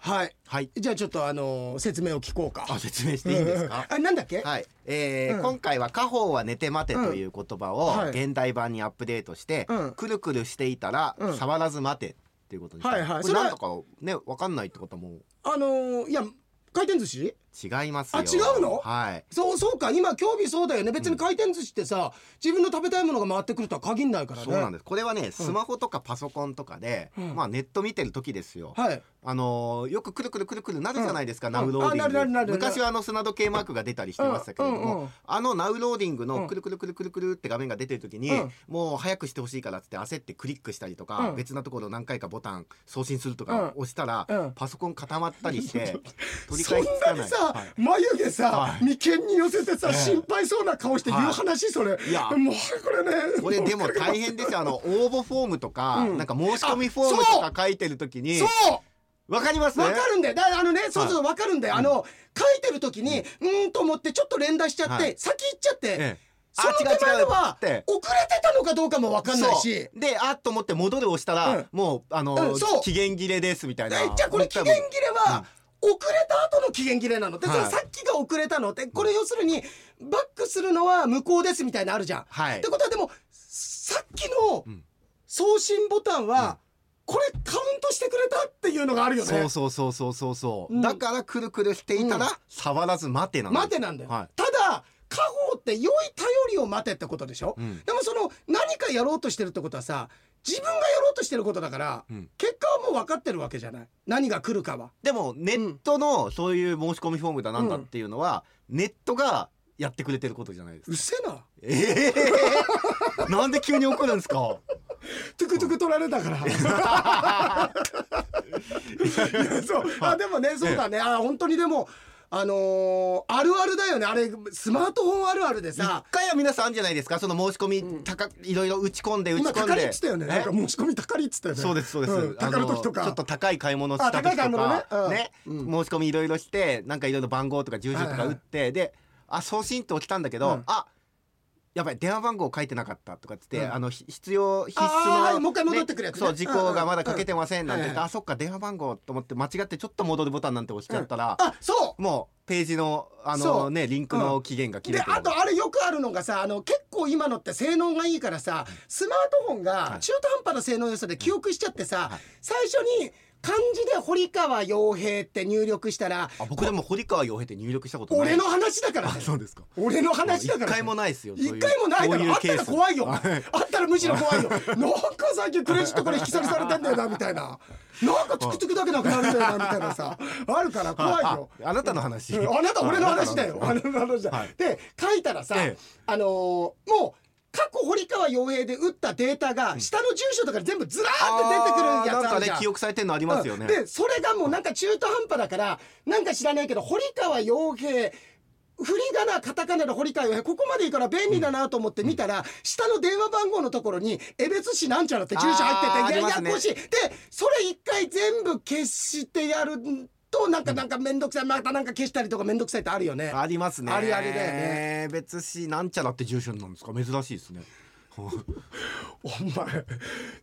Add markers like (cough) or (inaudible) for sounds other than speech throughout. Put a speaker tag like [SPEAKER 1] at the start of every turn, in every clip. [SPEAKER 1] はい、
[SPEAKER 2] はい
[SPEAKER 1] じゃあちょっとあのー説明を聞こうか
[SPEAKER 2] あ説明していいんですか
[SPEAKER 1] うんあなんだっけ、
[SPEAKER 2] (laughs) はい、えー
[SPEAKER 1] うん
[SPEAKER 2] 今回は「家宝は寝て待て」という言葉を
[SPEAKER 1] はい
[SPEAKER 2] 現代版にアップデートして、
[SPEAKER 1] うん
[SPEAKER 2] くるくるしていたら、
[SPEAKER 1] うん
[SPEAKER 2] 触らず待てっていうことにした、
[SPEAKER 1] はいはい
[SPEAKER 2] こ
[SPEAKER 1] そ
[SPEAKER 2] れ
[SPEAKER 1] れは
[SPEAKER 2] なんとかね分かんないってことはも
[SPEAKER 1] あのーいや回転寿司
[SPEAKER 2] う違いますよ
[SPEAKER 1] あ違うの
[SPEAKER 2] はい
[SPEAKER 1] そうそうか今競技そうだよね別に回転寿司ってさ、自分の食べたいものが回ってくるとは限んないからね
[SPEAKER 2] そうなんですこれはねスマホとかパソコンとかで、
[SPEAKER 1] うん
[SPEAKER 2] まあ、ネット見てる時ですよ、
[SPEAKER 1] はい
[SPEAKER 2] あのーよくくるくるくるくるなるじゃないですか、
[SPEAKER 1] ん
[SPEAKER 2] ナウローディ
[SPEAKER 1] あなるなる
[SPEAKER 2] ン
[SPEAKER 1] な
[SPEAKER 2] グ、
[SPEAKER 1] る
[SPEAKER 2] 昔はあの砂時計マークが出たりしてましたけれども、
[SPEAKER 1] うんうんうん
[SPEAKER 2] あのナウローディング
[SPEAKER 1] うん
[SPEAKER 2] のくるくるくるくるくるって画面が出てる時に、
[SPEAKER 1] うん
[SPEAKER 2] もう早くしてほしいからっつって焦ってクリックしたりとか、
[SPEAKER 1] うん
[SPEAKER 2] 別なところ何回かボタン送信すると
[SPEAKER 1] うん
[SPEAKER 2] か押したら、
[SPEAKER 1] うん
[SPEAKER 2] パソコン固まったりして取り
[SPEAKER 1] そ
[SPEAKER 2] 返
[SPEAKER 1] ん
[SPEAKER 2] し
[SPEAKER 1] な
[SPEAKER 2] つかな
[SPEAKER 1] に
[SPEAKER 2] い。
[SPEAKER 1] さ、
[SPEAKER 2] はい
[SPEAKER 1] 眉毛さ、
[SPEAKER 2] はい
[SPEAKER 1] 眉間に寄せてさ、
[SPEAKER 2] ええ
[SPEAKER 1] 心配そうな顔して言う話、それ
[SPEAKER 2] いや
[SPEAKER 1] もうこれね
[SPEAKER 2] これでも大変ですよあの応募フォームとか、
[SPEAKER 1] うん
[SPEAKER 2] なんか申し込みフォームとか書いてる時に
[SPEAKER 1] そう
[SPEAKER 2] わかります
[SPEAKER 1] わかるんだよだからあのねそうそうわかるんだよ、あの書いてる時にうーんと思ってちょっと連打しちゃって、
[SPEAKER 2] はい
[SPEAKER 1] 先行っちゃって、
[SPEAKER 2] ええ
[SPEAKER 1] その手
[SPEAKER 2] あ違う
[SPEAKER 1] 前のは
[SPEAKER 2] 違うって
[SPEAKER 1] 遅れてたのかどうかもわかんないし
[SPEAKER 2] そうであっと思って戻る押したら、
[SPEAKER 1] うん
[SPEAKER 2] もうあの、
[SPEAKER 1] うんそう
[SPEAKER 2] 期限切れですみたいな
[SPEAKER 1] えじゃあこれ期限切れは、遅れた後の期限切れなので、
[SPEAKER 2] はい
[SPEAKER 1] そのさっきが遅れたのでこれ要するにバックするのは無効ですみたいなのあるじゃん。
[SPEAKER 2] はい
[SPEAKER 1] ってことはでもさっきの
[SPEAKER 2] うん
[SPEAKER 1] 送信ボタンは、これカウントしてくれたっていうのがあるよね。
[SPEAKER 2] そうそうそうそうそうそう、
[SPEAKER 1] うん
[SPEAKER 2] だからくるくるしていたら、
[SPEAKER 1] うん
[SPEAKER 2] 触らず待てなんです
[SPEAKER 1] 待てなんだよ、
[SPEAKER 2] は
[SPEAKER 1] ただ家宝って良い頼りを待てってことでしょ、
[SPEAKER 2] うん
[SPEAKER 1] でもその何かやろうとしてるってことはさ自分がやろうとしてることだから、
[SPEAKER 2] うん
[SPEAKER 1] 結果はもう分かってるわけじゃない何が来るかは。
[SPEAKER 2] でもネットのそういう申し込みフォームだなんだっていうのは、ネットがやってくれてることじゃないです
[SPEAKER 1] うっ
[SPEAKER 2] か
[SPEAKER 1] せえな
[SPEAKER 2] ええ (laughs) なんで急に怒るんですか (laughs)
[SPEAKER 1] トゥクトゥク取られたからいや (laughs) そうあでもねそうだねあ本当にでもあのーあるあるだよねあれスマートフォンあるあるでさ
[SPEAKER 2] 一回は皆さんあるんじゃないですかその申し込み高、いろいろ打ち込んで打ち
[SPEAKER 1] 今
[SPEAKER 2] 込ん
[SPEAKER 1] かかりっ
[SPEAKER 2] で
[SPEAKER 1] つったよね
[SPEAKER 2] え
[SPEAKER 1] なんか申し込みたかりっつったよね
[SPEAKER 2] そうですそうです、
[SPEAKER 1] んかかる時とか
[SPEAKER 2] あのちょっと高い買い物した時と
[SPEAKER 1] あ高い買い物ねう
[SPEAKER 2] か
[SPEAKER 1] ん
[SPEAKER 2] ね
[SPEAKER 1] うん
[SPEAKER 2] 申し込みいろいろしてなんかいろいろ番号とか住所と
[SPEAKER 1] はいは
[SPEAKER 2] か
[SPEAKER 1] い
[SPEAKER 2] 打って、であ送信って起きたんだけど、
[SPEAKER 1] うん
[SPEAKER 2] あやばい電話番号書いてなかったとかっつって、
[SPEAKER 1] うん
[SPEAKER 2] あのひ必要必須
[SPEAKER 1] あー
[SPEAKER 2] の、
[SPEAKER 1] はいもう一回戻ってくるやつね
[SPEAKER 2] そう事項がまだ書けてませんなんて言って、
[SPEAKER 1] うんうんうん
[SPEAKER 2] あそっか電話番号と思って間違ってちょっと戻るボタンなんて押しちゃったら、
[SPEAKER 1] あそう
[SPEAKER 2] もうページのあ
[SPEAKER 1] そう
[SPEAKER 2] のねリンクの期限が切
[SPEAKER 1] で
[SPEAKER 2] れてる
[SPEAKER 1] あとあれよくあるのがさあの結構今のって性能がいいからさスマートフォンが
[SPEAKER 2] い
[SPEAKER 1] 中途半端な性能良さで記憶しちゃってさ、
[SPEAKER 2] はい
[SPEAKER 1] 最初に漢字で堀川洋平って入力したら
[SPEAKER 2] あ僕でも堀川洋平って入力したことない
[SPEAKER 1] 俺の話だから
[SPEAKER 2] あ
[SPEAKER 1] ね
[SPEAKER 2] (laughs) そうですか
[SPEAKER 1] 俺の話だから、
[SPEAKER 2] 一回もないですよそういう
[SPEAKER 1] 一回もないだ
[SPEAKER 2] そう
[SPEAKER 1] ろ
[SPEAKER 2] いう
[SPEAKER 1] あった
[SPEAKER 2] ケー
[SPEAKER 1] ら
[SPEAKER 2] ス
[SPEAKER 1] 怖いよあ
[SPEAKER 2] は
[SPEAKER 1] ったらむしろ怖いよなんか最近クレジットこれ引き去りされてんだよなみたいななんかつくつくだけなくなるんだよなみたいなさあるから怖い
[SPEAKER 2] あ
[SPEAKER 1] よ
[SPEAKER 2] あなたの話
[SPEAKER 1] うんあなた俺の話だよ。あな
[SPEAKER 2] あな
[SPEAKER 1] たの話だ。
[SPEAKER 2] はい
[SPEAKER 1] で書いたらさ、
[SPEAKER 2] ええ
[SPEAKER 1] あのーもう過去堀川洋平で打ったデータが下の住所とかに全部ずらーって出てくるやつある
[SPEAKER 2] あーなん
[SPEAKER 1] じ
[SPEAKER 2] か
[SPEAKER 1] ゃん。
[SPEAKER 2] ね記憶されてるのありますよ
[SPEAKER 1] う
[SPEAKER 2] ね
[SPEAKER 1] んでそれがもうなんか中途半端だからなんか知らないけど堀川洋平振り仮名カタカナの堀川洋平ここまでいいから便利だなと思って見たら、下の電話番号のところに「江別市なんちゃら」って住所入ってて
[SPEAKER 2] あー
[SPEAKER 1] や
[SPEAKER 2] あります
[SPEAKER 1] や
[SPEAKER 2] ね
[SPEAKER 1] こしい、でそれ一回全部消してやるとなんかなんか面倒くさいまたなんか消したりとか面倒くさいってあるよね。
[SPEAKER 2] ありますね
[SPEAKER 1] ありありだよ
[SPEAKER 2] ね別しなんちゃらって住所なんですか珍しいですね
[SPEAKER 1] お前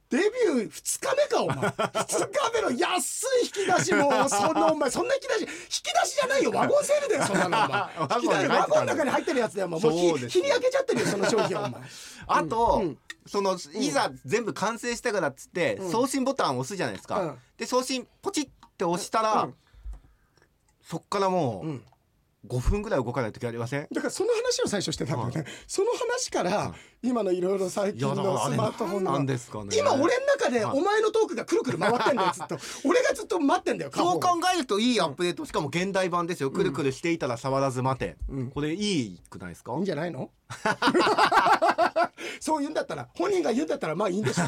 [SPEAKER 1] デビュー2日目かお前2日目の安い引き出しもうそのお前そんな引き出し引き出しじゃないよワゴンセールだよそんなのお前
[SPEAKER 2] ワゴンに入ってたんだ
[SPEAKER 1] ワゴンの中に入ってるやつだよもうも
[SPEAKER 2] そうう
[SPEAKER 1] 日
[SPEAKER 2] です
[SPEAKER 1] 日に焼けちゃってるよその商品はお前
[SPEAKER 2] あと、
[SPEAKER 1] うん
[SPEAKER 2] そのいざ全部完成したからっつって、
[SPEAKER 1] うん
[SPEAKER 2] 送信ボタンを押すじゃないですか、
[SPEAKER 1] うん
[SPEAKER 2] で送信ポチって押したら、
[SPEAKER 1] うん
[SPEAKER 2] そっからも
[SPEAKER 1] うん
[SPEAKER 2] う5分ぐらい動かない時ありません
[SPEAKER 1] だからその話を最初してたんだよね、その話から今のいろいろ最
[SPEAKER 2] い
[SPEAKER 1] 近
[SPEAKER 2] やだから
[SPEAKER 1] の
[SPEAKER 2] あ
[SPEAKER 1] ス
[SPEAKER 2] れ
[SPEAKER 1] マートフォンの
[SPEAKER 2] なんですかね
[SPEAKER 1] 今俺の中で
[SPEAKER 2] はい
[SPEAKER 1] お前のトークがくるくる回ってんだよずっと俺がずっと待ってんだよ
[SPEAKER 2] そう考えるといいアップデート、しかも現代版ですよ、くるくるしていたら触らず待て、
[SPEAKER 1] うん
[SPEAKER 2] これいいくないですか
[SPEAKER 1] いいんじゃないのそう言うんだったら本人が言うんだったらまあいいんでし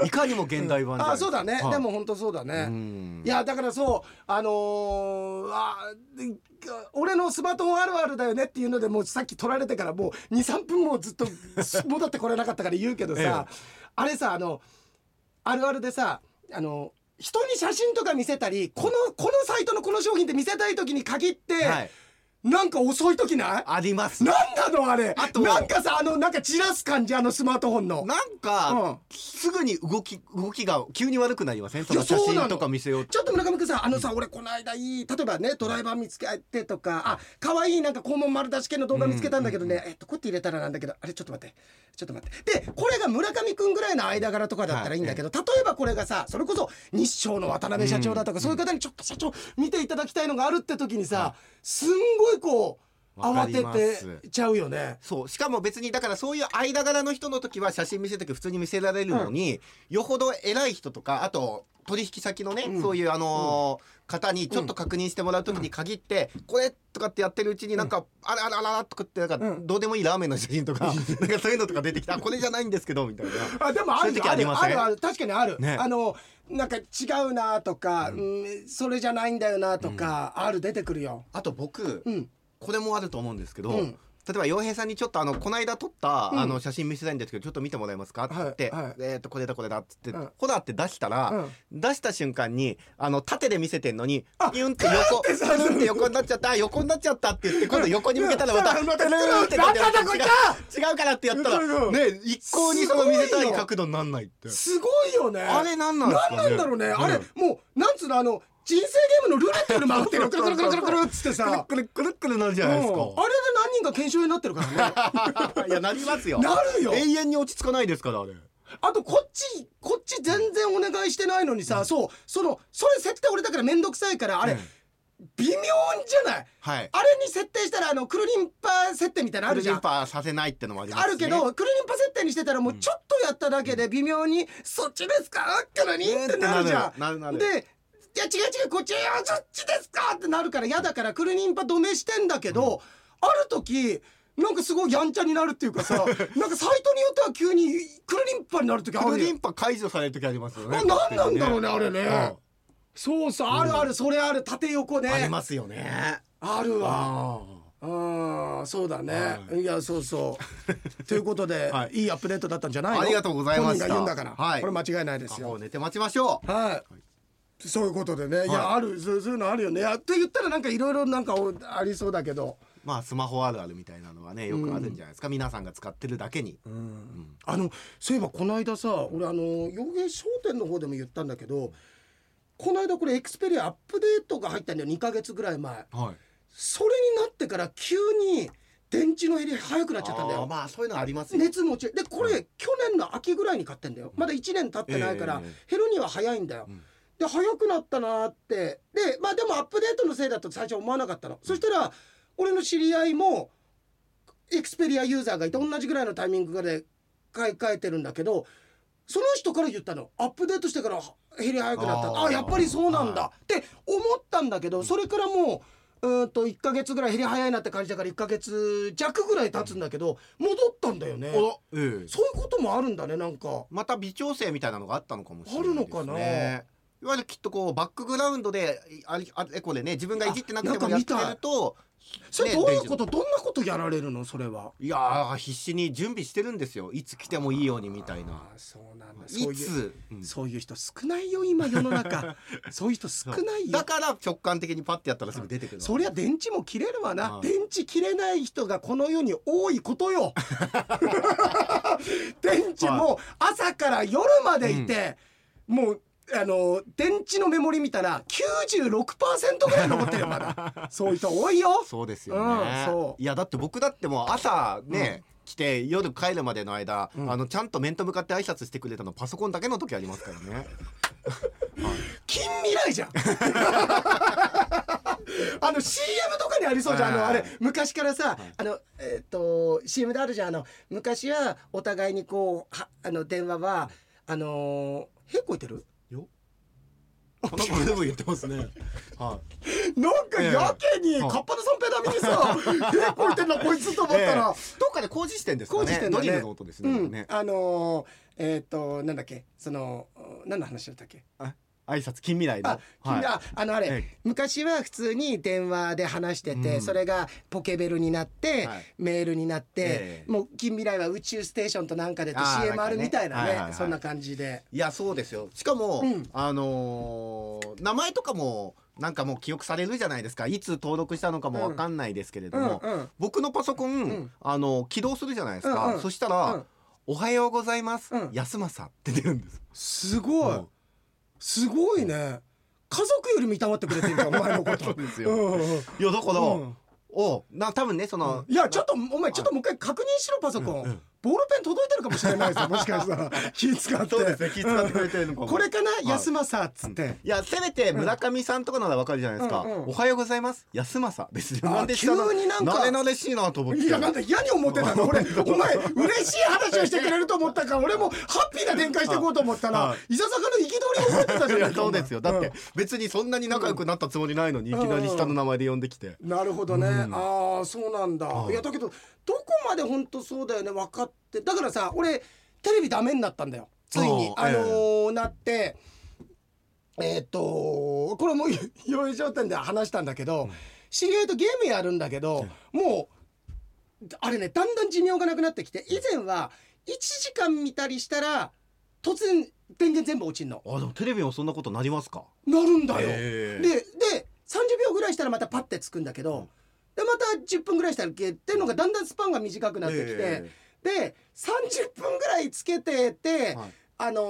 [SPEAKER 1] ょ
[SPEAKER 2] いかにも現代版じゃない
[SPEAKER 1] あそうだね、
[SPEAKER 2] はい
[SPEAKER 1] でも本当そうだね、
[SPEAKER 2] うん
[SPEAKER 1] いやだからそうあのーあで俺のスマートフォンあるあるだよねっていうのでもうさっき取られてからもう23分もずっと戻ってこれなかったから言うけどさ、あれさあのあるあるでさあの人に写真とか見せたりこのこのサイトのこの商品って見せたい時に限って、
[SPEAKER 2] はい
[SPEAKER 1] なんか遅い時ない
[SPEAKER 2] あります
[SPEAKER 1] なんなのあれ
[SPEAKER 2] あと
[SPEAKER 1] なんかさあのなんか散らす感じあのスマートフォンの
[SPEAKER 2] なん
[SPEAKER 1] うん
[SPEAKER 2] か、すぐに動き動きが急に悪くなりませんその
[SPEAKER 1] いやそ
[SPEAKER 2] 写
[SPEAKER 1] うなの
[SPEAKER 2] 真とか見せようと
[SPEAKER 1] ちょっと村上君さあのさ、俺この間いい例えばねドライバー見つけてとかあ可愛いなんか肛門丸出し系の動画見つけたんだけどね、えっとこうやって入れたらなんだけどあれちょっと待ってちょっと待ってでこれが村上君ぐらいの間柄とかだったらいいんだけど、例えばこれがさそれこそ日照の渡辺社長だとか、そういう方にちょっと社長見ていただきたいのがあるって時にさ、すんごいこう
[SPEAKER 2] わか
[SPEAKER 1] 慌
[SPEAKER 2] りま
[SPEAKER 1] ててちゃうよね。
[SPEAKER 2] そうしかも別にだからそういう間柄の人の時は写真見せた時普通に見せられるのに、よほど偉い人とかあと取引先のね、
[SPEAKER 1] うん
[SPEAKER 2] そういうあのー方にちょっと確認してもらう時に限って、これとかってやってるうちになんか、あらあらあらとかってなんか、
[SPEAKER 1] うん
[SPEAKER 2] どうでもいいラーメンの写真とか、なんかそういうのとか出てきてあこれじゃないんですけどみたいな。
[SPEAKER 1] あでもある
[SPEAKER 2] そういう
[SPEAKER 1] よ
[SPEAKER 2] 時
[SPEAKER 1] あ
[SPEAKER 2] あり
[SPEAKER 1] る
[SPEAKER 2] ま
[SPEAKER 1] あ
[SPEAKER 2] せん
[SPEAKER 1] るある確かにある、
[SPEAKER 2] ね
[SPEAKER 1] あのなんか違うなとか、うんそれじゃないんだよなとか、ある出てくるよ。
[SPEAKER 2] あと僕、
[SPEAKER 1] うん
[SPEAKER 2] これもあると思うんですけど、
[SPEAKER 1] うん
[SPEAKER 2] 例えば洋平さんにちょっとあのこの間撮った、
[SPEAKER 1] うん
[SPEAKER 2] あの写真見せたいんですけどちょっと見てもらえますかって言って、
[SPEAKER 1] はいはい
[SPEAKER 2] えっとこれだこれだっつって、
[SPEAKER 1] うん
[SPEAKER 2] ほらって出したら、出した瞬間にあの縦で見せてんのに
[SPEAKER 1] あ
[SPEAKER 2] ピュンって横
[SPEAKER 1] ピ (laughs) ュン
[SPEAKER 2] ピ
[SPEAKER 1] ってさ
[SPEAKER 2] ュンって横になっちゃったあ横になっちゃったって言って今度横に向けたらまた
[SPEAKER 1] うん
[SPEAKER 2] ピ
[SPEAKER 1] また
[SPEAKER 2] ュンってなって
[SPEAKER 1] なんだこい
[SPEAKER 2] 違うからってやったら
[SPEAKER 1] うんうん
[SPEAKER 2] ね一向にその見せたい角度になんないって。
[SPEAKER 1] すごいよね。
[SPEAKER 2] あれなんなんですかね
[SPEAKER 1] なんだろうね。あれ
[SPEAKER 2] うん
[SPEAKER 1] もうなんつうのあの人生ゲームのルーレットより回ってるくるくるくるくるくるっつってさ。うんあれ
[SPEAKER 2] くるくるくるな (laughs) るじゃ
[SPEAKER 1] で
[SPEAKER 2] ない
[SPEAKER 1] 何
[SPEAKER 2] ですか。
[SPEAKER 1] 人が検証になってるからね。
[SPEAKER 2] (laughs) いやなりますよ。
[SPEAKER 1] なるよ
[SPEAKER 2] 永遠に落ち着かないですからあれ。
[SPEAKER 1] あとこっちこっち全然お願いしてないのにさ、そうそのそれ設定俺だから面倒くさいからあれ、
[SPEAKER 2] うん
[SPEAKER 1] 微妙じゃない。
[SPEAKER 2] はい。
[SPEAKER 1] あれに設定したらあのクルリンパ設定みたいなのあ
[SPEAKER 2] ク
[SPEAKER 1] る
[SPEAKER 2] ル
[SPEAKER 1] じ
[SPEAKER 2] リ
[SPEAKER 1] ゃん
[SPEAKER 2] ン。パさせないってのもあります
[SPEAKER 1] あるけど、クルリンパ設定にしてたらもうちょっとやっただけで微妙に「そっちですか?」クルリンってなるじゃん。
[SPEAKER 2] なるなる
[SPEAKER 1] で「いや違う違うこっちいやそっちですか?」ってなるから嫌だからクルリンパ止めしてんだけど、ある時なんかすごいやんちゃになるっていう
[SPEAKER 2] (laughs)
[SPEAKER 1] かさなんかサイトによっては急にクルリンパになる時あ
[SPEAKER 2] クル
[SPEAKER 1] る
[SPEAKER 2] リ
[SPEAKER 1] よ
[SPEAKER 2] ン。パ解除される時ありますよね
[SPEAKER 1] あなんなんだろうねあれね。
[SPEAKER 2] うん
[SPEAKER 1] そうそうあるあるそれある縦横ね。
[SPEAKER 2] ありますよね
[SPEAKER 1] あるわ。
[SPEAKER 2] あ
[SPEAKER 1] うんそうだね、、
[SPEAKER 2] はい
[SPEAKER 1] やそうそう
[SPEAKER 2] (laughs)
[SPEAKER 1] ということで、、
[SPEAKER 2] はい
[SPEAKER 1] いアップデートだったんじゃないの
[SPEAKER 2] ありがとうございまし
[SPEAKER 1] 本人
[SPEAKER 2] た
[SPEAKER 1] が言うんだから、
[SPEAKER 2] はい
[SPEAKER 1] これ間違いないです
[SPEAKER 2] も
[SPEAKER 1] よ
[SPEAKER 2] う寝て待ちましょう
[SPEAKER 1] はいそういうことでね、い、やあるそうそういうのあるよねあって言ったらなんかいろいろなんかおありそうだけど、
[SPEAKER 2] まあスマホあるあるみたいなのはねよくあるんじゃないですか皆さんが使ってるだけに
[SPEAKER 1] あのそういえばこの間さ俺あの洋平商店の方でも言ったんだけどこの間これエクスペリアアップデートが入ったんだよ2ヶ月ぐらい前
[SPEAKER 2] はい
[SPEAKER 1] それになってから急に電池の減り早くなっちゃったんだよ
[SPEAKER 2] あーまあそういうのありますよ
[SPEAKER 1] 熱持ちでこれ、去年の秋ぐらいに買ってんだよまだ1年経ってないから、
[SPEAKER 2] ええ
[SPEAKER 1] 減るには早いんだよ、
[SPEAKER 2] ん
[SPEAKER 1] で早くなったなーってでまあでもアップデートのせいだと最初思わなかったの、そしたら俺の知り合いもエクスペリアユーザーがいて同じぐらいのタイミングで買い替えてるんだけどその人から言ったのアップデートしてから減り早くなった
[SPEAKER 2] あ
[SPEAKER 1] あ
[SPEAKER 2] ー
[SPEAKER 1] あやっぱりそうなんだ、
[SPEAKER 2] は
[SPEAKER 1] って思ったんだけどそれからもううーんと1ヶ月ぐらい減り早いなって感じだから1ヶ月弱ぐらい経つんだけど戻ったんだよね。
[SPEAKER 2] おらええ
[SPEAKER 1] そういうこともあるんだねなんか。
[SPEAKER 2] また微調整みたいなのがあったのかもしれないですね
[SPEAKER 1] あるのかない
[SPEAKER 2] わゆるきっとこうバックグラウンドでありあれこれね自分がいじってなくて
[SPEAKER 1] あな
[SPEAKER 2] もや
[SPEAKER 1] ん
[SPEAKER 2] っ
[SPEAKER 1] か
[SPEAKER 2] て
[SPEAKER 1] 見たい
[SPEAKER 2] ると
[SPEAKER 1] それ
[SPEAKER 2] ね
[SPEAKER 1] どういうこ
[SPEAKER 2] 電池
[SPEAKER 1] と、どんなことやられるのそれはい
[SPEAKER 2] やー必死に準備してるんですよいつ来てもいいようにみたいな
[SPEAKER 1] あそうなんだそう
[SPEAKER 2] い
[SPEAKER 1] いう
[SPEAKER 2] つうん
[SPEAKER 1] そういう人少ないよ今世の
[SPEAKER 2] (laughs)
[SPEAKER 1] 中そういう人少ない
[SPEAKER 2] だ
[SPEAKER 1] よ
[SPEAKER 2] から直感的にパッてやったらすぐ出てくる
[SPEAKER 1] そりゃ電池も切れるわな
[SPEAKER 2] うん
[SPEAKER 1] 電池切れない人がこの世に多いこと
[SPEAKER 2] (laughs)
[SPEAKER 1] よ電池も朝から夜までいて、もうあの電池のメモリ見たら96%ぐらい残ってるよま
[SPEAKER 2] (laughs)
[SPEAKER 1] だそういう人多いよ
[SPEAKER 2] そうですよ
[SPEAKER 1] うん
[SPEAKER 2] ね、
[SPEAKER 1] そう
[SPEAKER 2] いやだって僕だってもう朝ね、来て夜帰るまでの間、
[SPEAKER 1] ん
[SPEAKER 2] あのちゃんと面と向かって挨拶してくれたのパソコンだけの時ありますからね
[SPEAKER 1] 近未来 (laughs) じゃんあの CM とかにありそうじゃんあのあ
[SPEAKER 2] はい
[SPEAKER 1] れ昔からさあのえっと CM であるじゃんあの昔はお互いにこうはあの電話はあのーへこいてる
[SPEAKER 2] よこのブーブー言ってますねは
[SPEAKER 1] なんか
[SPEAKER 2] ええ
[SPEAKER 1] やけに
[SPEAKER 2] は
[SPEAKER 1] カ
[SPEAKER 2] い
[SPEAKER 1] ッパの三 (laughs) 平並みにさへこいてんなこいつと思
[SPEAKER 2] い
[SPEAKER 1] ったら
[SPEAKER 2] ええどっかで工事してんですかね
[SPEAKER 1] 工事してんだ
[SPEAKER 2] ド
[SPEAKER 1] ね
[SPEAKER 2] リルの音です
[SPEAKER 1] う
[SPEAKER 2] ね,、
[SPEAKER 1] ん
[SPEAKER 2] ね
[SPEAKER 1] あのーえっとなんだっけその何の話だったっけ
[SPEAKER 2] 挨拶近未来の
[SPEAKER 1] あ、君
[SPEAKER 2] はい
[SPEAKER 1] ああのあれ、
[SPEAKER 2] え
[SPEAKER 1] 昔は普通に電話で話してて、
[SPEAKER 2] うん
[SPEAKER 1] それがポケベルになって、
[SPEAKER 2] はい
[SPEAKER 1] メールになって、
[SPEAKER 2] ええ
[SPEAKER 1] もう近未来は宇宙ステーションとなんかでって
[SPEAKER 2] あー
[SPEAKER 1] CM
[SPEAKER 2] なん
[SPEAKER 1] あ
[SPEAKER 2] か
[SPEAKER 1] る
[SPEAKER 2] ね
[SPEAKER 1] みたいな
[SPEAKER 2] はいはい
[SPEAKER 1] ね
[SPEAKER 2] はい
[SPEAKER 1] そんな感じで。
[SPEAKER 2] いやそうですよしかも、
[SPEAKER 1] うん
[SPEAKER 2] あのー名前とかもなんかもう記憶されるじゃないですかいつ登録したのかもわかんないですけれど
[SPEAKER 1] うん
[SPEAKER 2] も、
[SPEAKER 1] うん
[SPEAKER 2] 僕のパソコン、
[SPEAKER 1] ん
[SPEAKER 2] あの起動するじゃないですか、
[SPEAKER 1] うんうん
[SPEAKER 2] そしたら、
[SPEAKER 1] うん
[SPEAKER 2] おはようございます、
[SPEAKER 1] うん
[SPEAKER 2] 安政って出るんです
[SPEAKER 1] すご
[SPEAKER 2] う
[SPEAKER 1] い
[SPEAKER 2] ん
[SPEAKER 1] すごいね家族より見たわってくれてるじゃんお前のこと
[SPEAKER 2] うです
[SPEAKER 1] うんうんうん
[SPEAKER 2] いやだから、
[SPEAKER 1] うん
[SPEAKER 2] おな多分ねその、
[SPEAKER 1] いやちょっとお前ちょっともう一回確認しろパソコン、ボールペン届いてるかもしれないぞもしかしたら気使って
[SPEAKER 2] そうです (laughs) ね気使ってくれてるのかも
[SPEAKER 1] これかな安政っつって、
[SPEAKER 2] いやせめて村上さんとかならわかるじゃないですか、
[SPEAKER 1] うんうん
[SPEAKER 2] おはようございます安政ですよ
[SPEAKER 1] あ
[SPEAKER 2] なんで下の
[SPEAKER 1] 急になんか
[SPEAKER 2] 慣れ慣れしいなと思って
[SPEAKER 1] いやなんだ嫌に思ってたの
[SPEAKER 2] (laughs)
[SPEAKER 1] 俺お前嬉しい話をしてくれると思ったから俺もハッピーな展開していこうと思ったら
[SPEAKER 2] はい
[SPEAKER 1] ざさかの憤りを覚えてたじゃ
[SPEAKER 2] い
[SPEAKER 1] ない
[SPEAKER 2] や
[SPEAKER 1] か
[SPEAKER 2] そうですよだっ、
[SPEAKER 1] お
[SPEAKER 2] て別にそんなに仲良くなったつもりないのにいきなり下の名前で呼んできて
[SPEAKER 1] 前うんなるほどね、
[SPEAKER 2] うん
[SPEAKER 1] ああそうなんだ、
[SPEAKER 2] はい
[SPEAKER 1] い、やだけどどこまで本当そうだよね分かってだからさ俺テレビダメになったんだよついに
[SPEAKER 2] あー
[SPEAKER 1] あ
[SPEAKER 2] ええ
[SPEAKER 1] のーなってえーっとこれもう養生商店で話したんだけど、知り合いとゲームやるんだけど、もうあれねだんだん寿命がなくなってきて以前は1時間見たりしたら突然電源全部落ちんの
[SPEAKER 2] あでもテレビもそんなことなりますか
[SPEAKER 1] なるんだよ、
[SPEAKER 2] へー
[SPEAKER 1] でで30秒ぐらいしたらまたパッてつくんだけど、でまた10分ぐらいしたら消えてるのがだんだんスパンが短くなってきて、
[SPEAKER 2] え
[SPEAKER 1] で30分ぐらいつけてて、
[SPEAKER 2] はい
[SPEAKER 1] あの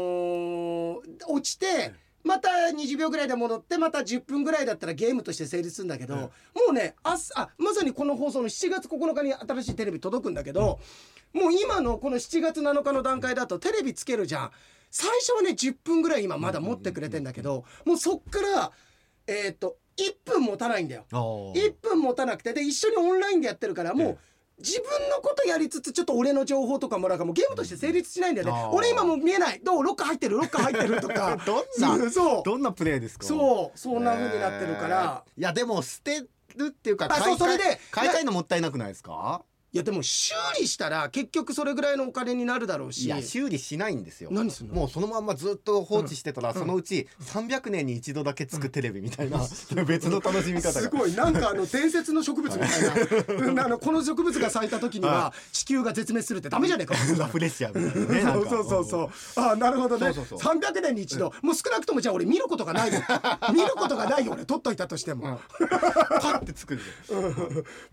[SPEAKER 1] ー落ちてまた20秒ぐらいで戻ってまた10分ぐらいだったらゲームとして成立するんだけど、
[SPEAKER 2] うん
[SPEAKER 1] もうねあすあまさにこの放送の7月9日に新しいテレビ届くんだけど、もう今のこの7月7日の段階だとテレビつけるじゃん最初はね10分ぐらい今まだ持ってくれてんだけど、もうそっからえーっと1分持たないんだよ。
[SPEAKER 2] あー
[SPEAKER 1] 1分持たなくてで一緒にオンラインでやってるからもう
[SPEAKER 2] え
[SPEAKER 1] 自分のことやりつつちょっと俺の情報とかもらうからもうゲームとして成立しないんだよね、
[SPEAKER 2] あー
[SPEAKER 1] 俺今もう見えないどうロッカー入ってるロッカー入ってるとか
[SPEAKER 2] (laughs) どん
[SPEAKER 1] (laughs)
[SPEAKER 2] な
[SPEAKER 1] そう
[SPEAKER 2] どんなプレーですか
[SPEAKER 1] そうそんな風になってるから、
[SPEAKER 2] えーいやでも捨てるっていうか
[SPEAKER 1] あそうそれで
[SPEAKER 2] 買い替えのもったいなくないですか
[SPEAKER 1] いやでも修理したら結局それぐらいのお金になるだろうし
[SPEAKER 2] いや修理しないんですよ
[SPEAKER 1] 何すんの
[SPEAKER 2] もうそのまんまずっと放置してたら、そのうち300年に一度だけつくテレビみたいな、別の楽しみ方が
[SPEAKER 1] す
[SPEAKER 2] (laughs)
[SPEAKER 1] ごいなんかあの伝説の植物みたいなうんあのこの植物が咲いた時には地球が絶滅するってダメじゃねえか
[SPEAKER 2] ラフレシアみたいなねな
[SPEAKER 1] そ
[SPEAKER 2] ん
[SPEAKER 1] う
[SPEAKER 2] か
[SPEAKER 1] そうそうそうあなるほどね
[SPEAKER 2] そうそうそ
[SPEAKER 1] 300年に一度もう少なくともじゃあ俺見ることがないよ見ることがないよ俺撮っといたとしても、
[SPEAKER 2] パッてつくんで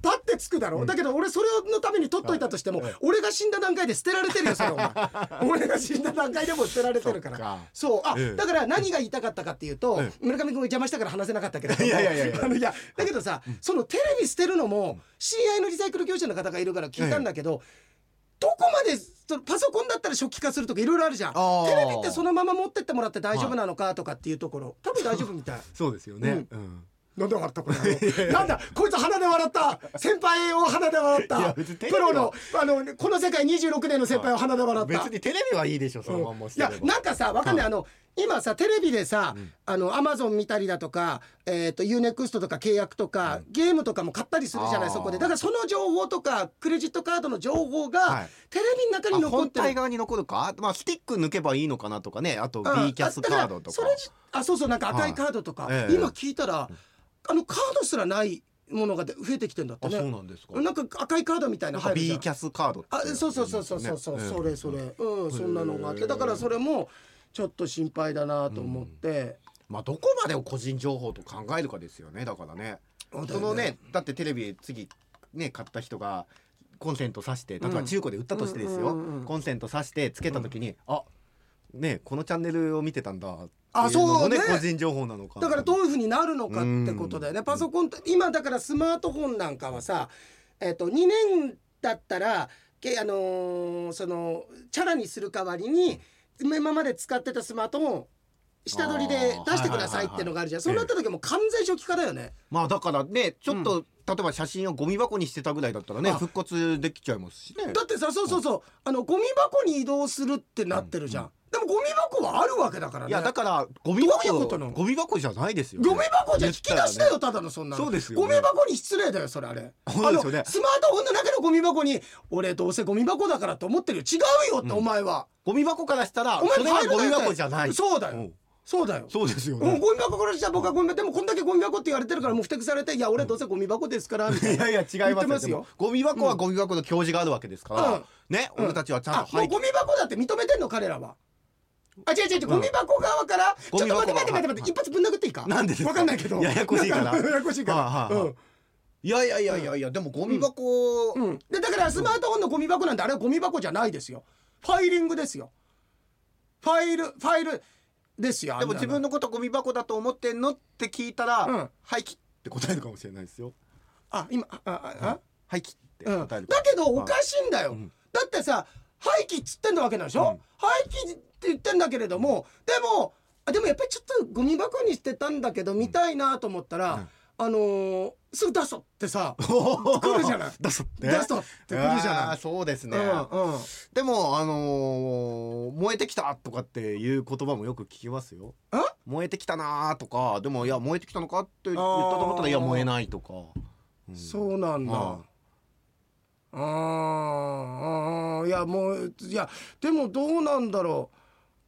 [SPEAKER 1] パッてつくだろ、だけど俺それのために取っといたとしても、俺が死んだ段階で捨てられてるよそれお前 (laughs) 俺が死んだ段階でも捨てられてるから
[SPEAKER 2] そっか
[SPEAKER 1] そうあ、
[SPEAKER 2] ええ
[SPEAKER 1] だから何が言いたかったかっていうと、
[SPEAKER 2] ええ
[SPEAKER 1] 村上君が邪魔したから話せなかったけれども
[SPEAKER 2] いやいやいやいや
[SPEAKER 1] (laughs) あのいやだけどさ、そのテレビ捨てるのも知り合いのリサイクル業者の方がいるから聞いたんだけど、どこまでそのパソコンだったら初期化するとかいろいろあるじゃん
[SPEAKER 2] あー
[SPEAKER 1] テレビってそのまま持ってってもらって大丈夫なのかとかっていうところ多分大丈夫みたい
[SPEAKER 2] そうですよね、うん
[SPEAKER 1] なんで笑ったこれ。なんだ、こいつ鼻で笑った。先輩を鼻で笑っ
[SPEAKER 2] い
[SPEAKER 1] た。
[SPEAKER 2] や別にテレビ
[SPEAKER 1] プ
[SPEAKER 2] は
[SPEAKER 1] ロの、あの、この世界26年の先輩を鼻で笑った
[SPEAKER 2] 別。にテレビはいいでしょそのまんまして
[SPEAKER 1] い
[SPEAKER 2] れ
[SPEAKER 1] や
[SPEAKER 2] ば、
[SPEAKER 1] なんかさ、わかんない、あの、今さ、テレビでさ、あの、アマゾン見たりだとか、えっ、と、ユーネクストとか契約とか、ゲームとかも買ったりするじゃない、
[SPEAKER 2] あー
[SPEAKER 1] そこで。だから、その情報とか、クレジットカードの情報
[SPEAKER 2] は
[SPEAKER 1] が
[SPEAKER 2] い、
[SPEAKER 1] テレビの中に
[SPEAKER 2] あ
[SPEAKER 1] 残っ
[SPEAKER 2] 本
[SPEAKER 1] てる
[SPEAKER 2] 体。側に残るかまあスティック抜けばいいのかなとかねあ
[SPEAKER 1] う
[SPEAKER 2] と
[SPEAKER 1] ん
[SPEAKER 2] B キャスカード
[SPEAKER 1] あだら
[SPEAKER 2] とか
[SPEAKER 1] それじあそうそうなんか赤いカードとか、
[SPEAKER 2] はいええ
[SPEAKER 1] 今聞いたらあのカードすらないものがで増えてきてんだって
[SPEAKER 2] あ
[SPEAKER 1] ね
[SPEAKER 2] そうなんですか
[SPEAKER 1] なんか赤いカードみたいな
[SPEAKER 2] な
[SPEAKER 1] の
[SPEAKER 2] ん
[SPEAKER 1] 入
[SPEAKER 2] か
[SPEAKER 1] るじゃ
[SPEAKER 2] B
[SPEAKER 1] ん
[SPEAKER 2] キャスカードって
[SPEAKER 1] あそうそうそうそうそうそう、
[SPEAKER 2] ね
[SPEAKER 1] それそれうんそんなのがあっ
[SPEAKER 2] へ
[SPEAKER 1] て
[SPEAKER 2] え
[SPEAKER 1] だからそれもちょっと心配だなと思って、
[SPEAKER 2] まあどこまでを個人情報と考えるかですよねだからね
[SPEAKER 1] そうだよね
[SPEAKER 2] そのねだってテレビ次ね買った人がコンセント挿して例えば中古で売ったとしてですよ、
[SPEAKER 1] うんうんうんうん
[SPEAKER 2] コンセント挿してつけた時に、あねこのチャンネルを見てたんだ
[SPEAKER 1] あそうね
[SPEAKER 2] っていのも個人情報なのか
[SPEAKER 1] だから
[SPEAKER 2] ど
[SPEAKER 1] どういうふうになるのかってことだよね、パソコンと今だからスマートフォンなんかはさ、えっと2年だったらけあのーそのチャラにする代わりに今まで使ってたスマートフォン下取りで出してくださいってのがあるじゃん、
[SPEAKER 2] あー
[SPEAKER 1] そう
[SPEAKER 2] はいはいはいはい
[SPEAKER 1] なった時はもう完全初期化だよね、
[SPEAKER 2] まあだからねちょっと、例えば写真をゴミ箱にしてたぐらいだったらね
[SPEAKER 1] あ
[SPEAKER 2] 復活できちゃいますしね
[SPEAKER 1] だってさそうそうそう、あのゴミ箱に移動するってなってるじゃん、でもゴミ箱はあるわけだからね
[SPEAKER 2] いやだからゴミ箱
[SPEAKER 1] どういうことなの
[SPEAKER 2] ゴミ箱じゃないですよ、ね、
[SPEAKER 1] ゴミ箱じゃ引き出しだ
[SPEAKER 2] 言
[SPEAKER 1] よただのそんなの
[SPEAKER 2] そうですよね
[SPEAKER 1] ゴミ箱に失礼だよそれあれあ
[SPEAKER 2] そう
[SPEAKER 1] の
[SPEAKER 2] で
[SPEAKER 1] ス
[SPEAKER 2] す
[SPEAKER 1] マ
[SPEAKER 2] よ
[SPEAKER 1] ー
[SPEAKER 2] ね
[SPEAKER 1] トフォンの中のゴミ箱に俺どうせゴミ箱だからと思ってるよ違うよってお前は、
[SPEAKER 2] ゴミ箱からしたら
[SPEAKER 1] お前
[SPEAKER 2] それはゴミ箱じゃない
[SPEAKER 1] そうだ
[SPEAKER 2] う
[SPEAKER 1] よ
[SPEAKER 2] ん
[SPEAKER 1] そうだよ
[SPEAKER 2] そうですよ
[SPEAKER 1] もう
[SPEAKER 2] ね
[SPEAKER 1] ゴミ箱からしたら僕はゴミ箱でもこんだけゴミ箱って言われてるからもうふてくされて「いや俺どうせゴミ箱ですから」みたい
[SPEAKER 2] い
[SPEAKER 1] な
[SPEAKER 2] やいや違
[SPEAKER 1] 言っ
[SPEAKER 2] いま
[SPEAKER 1] て
[SPEAKER 2] す
[SPEAKER 1] ま
[SPEAKER 2] よ
[SPEAKER 1] す
[SPEAKER 2] で
[SPEAKER 1] よ
[SPEAKER 2] もゴミ箱はゴミ箱の教示があるわけですから、
[SPEAKER 1] うん
[SPEAKER 2] ね、俺たちはちゃん
[SPEAKER 1] あ
[SPEAKER 2] と
[SPEAKER 1] も
[SPEAKER 2] 入
[SPEAKER 1] う
[SPEAKER 2] って
[SPEAKER 1] ゴミ箱だって認めてんの彼らはあ違う違う違うゴミ箱側から、
[SPEAKER 2] ゴ
[SPEAKER 1] ちょっ
[SPEAKER 2] ミ
[SPEAKER 1] と
[SPEAKER 2] 箱
[SPEAKER 1] 待って待って待って待って一発ぶん殴っていいか
[SPEAKER 2] なんでですか
[SPEAKER 1] わかんないけど
[SPEAKER 2] ややこしいから
[SPEAKER 1] なん (laughs) ややこしいから、
[SPEAKER 2] はいはいはいいやいやいやいやいや、でもゴミ箱、
[SPEAKER 1] うん、うん、でだからスマートフォンのゴミ箱なんてあれはゴミ箱じゃないですよファイリングですよファイルファイルですよ
[SPEAKER 2] でも自分
[SPEAKER 1] の
[SPEAKER 2] のことゴミ箱だと思ってんのって聞いたら、
[SPEAKER 1] うん
[SPEAKER 2] 廃棄って答えるかもしれないですよ。
[SPEAKER 1] あ今あああ、
[SPEAKER 2] 廃棄って
[SPEAKER 1] う
[SPEAKER 2] 答え
[SPEAKER 1] ん、だ
[SPEAKER 2] るかも
[SPEAKER 1] けどおかしいんだよ、
[SPEAKER 2] ん
[SPEAKER 1] だってさ廃棄っつってんだわけなんでし
[SPEAKER 2] う
[SPEAKER 1] ょ、
[SPEAKER 2] ん
[SPEAKER 1] 廃棄って言ってんだけれどもでもあでもやっぱりちょっとゴミ箱にしてたんだけど見たいなと思ったら、
[SPEAKER 2] うん
[SPEAKER 1] あのー、すぐ出そうってさ
[SPEAKER 2] (laughs)
[SPEAKER 1] 来るじゃない
[SPEAKER 2] 出すって。
[SPEAKER 1] 出そうって来るじゃ
[SPEAKER 2] あ
[SPEAKER 1] な
[SPEAKER 2] ー
[SPEAKER 1] い。
[SPEAKER 2] そうですね。
[SPEAKER 1] うんうん
[SPEAKER 2] でもあのー燃えてきたとかっていう言葉もよく聞きますよ
[SPEAKER 1] え。
[SPEAKER 2] 燃えてきたなーとか、でもいや燃えてきたのかって言ったと思ったらいや
[SPEAKER 1] あー
[SPEAKER 2] 燃えないとか。うん
[SPEAKER 1] そうなんだ。
[SPEAKER 2] あ
[SPEAKER 1] あーあーいやもういやでもどうなんだろ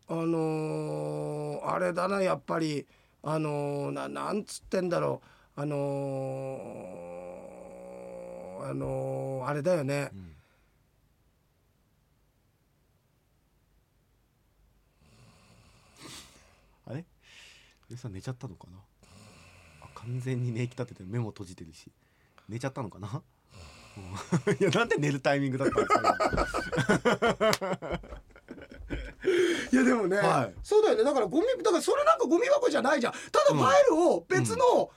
[SPEAKER 1] うあのーあれだなやっぱりあのーななんつってんだろうあのーあのーあれだよね
[SPEAKER 2] ー。うんあれ？皆さん寝ちゃったのかな。あ完全に寝き立てて目も閉じてるし、寝ちゃったのかな。うん (laughs) いやなんで寝るタイミングだったんですか。
[SPEAKER 1] いやでもね、
[SPEAKER 2] はい
[SPEAKER 1] そうだよねだからゴミだからそれなんかゴミ箱じゃないじゃんただファイルを別のも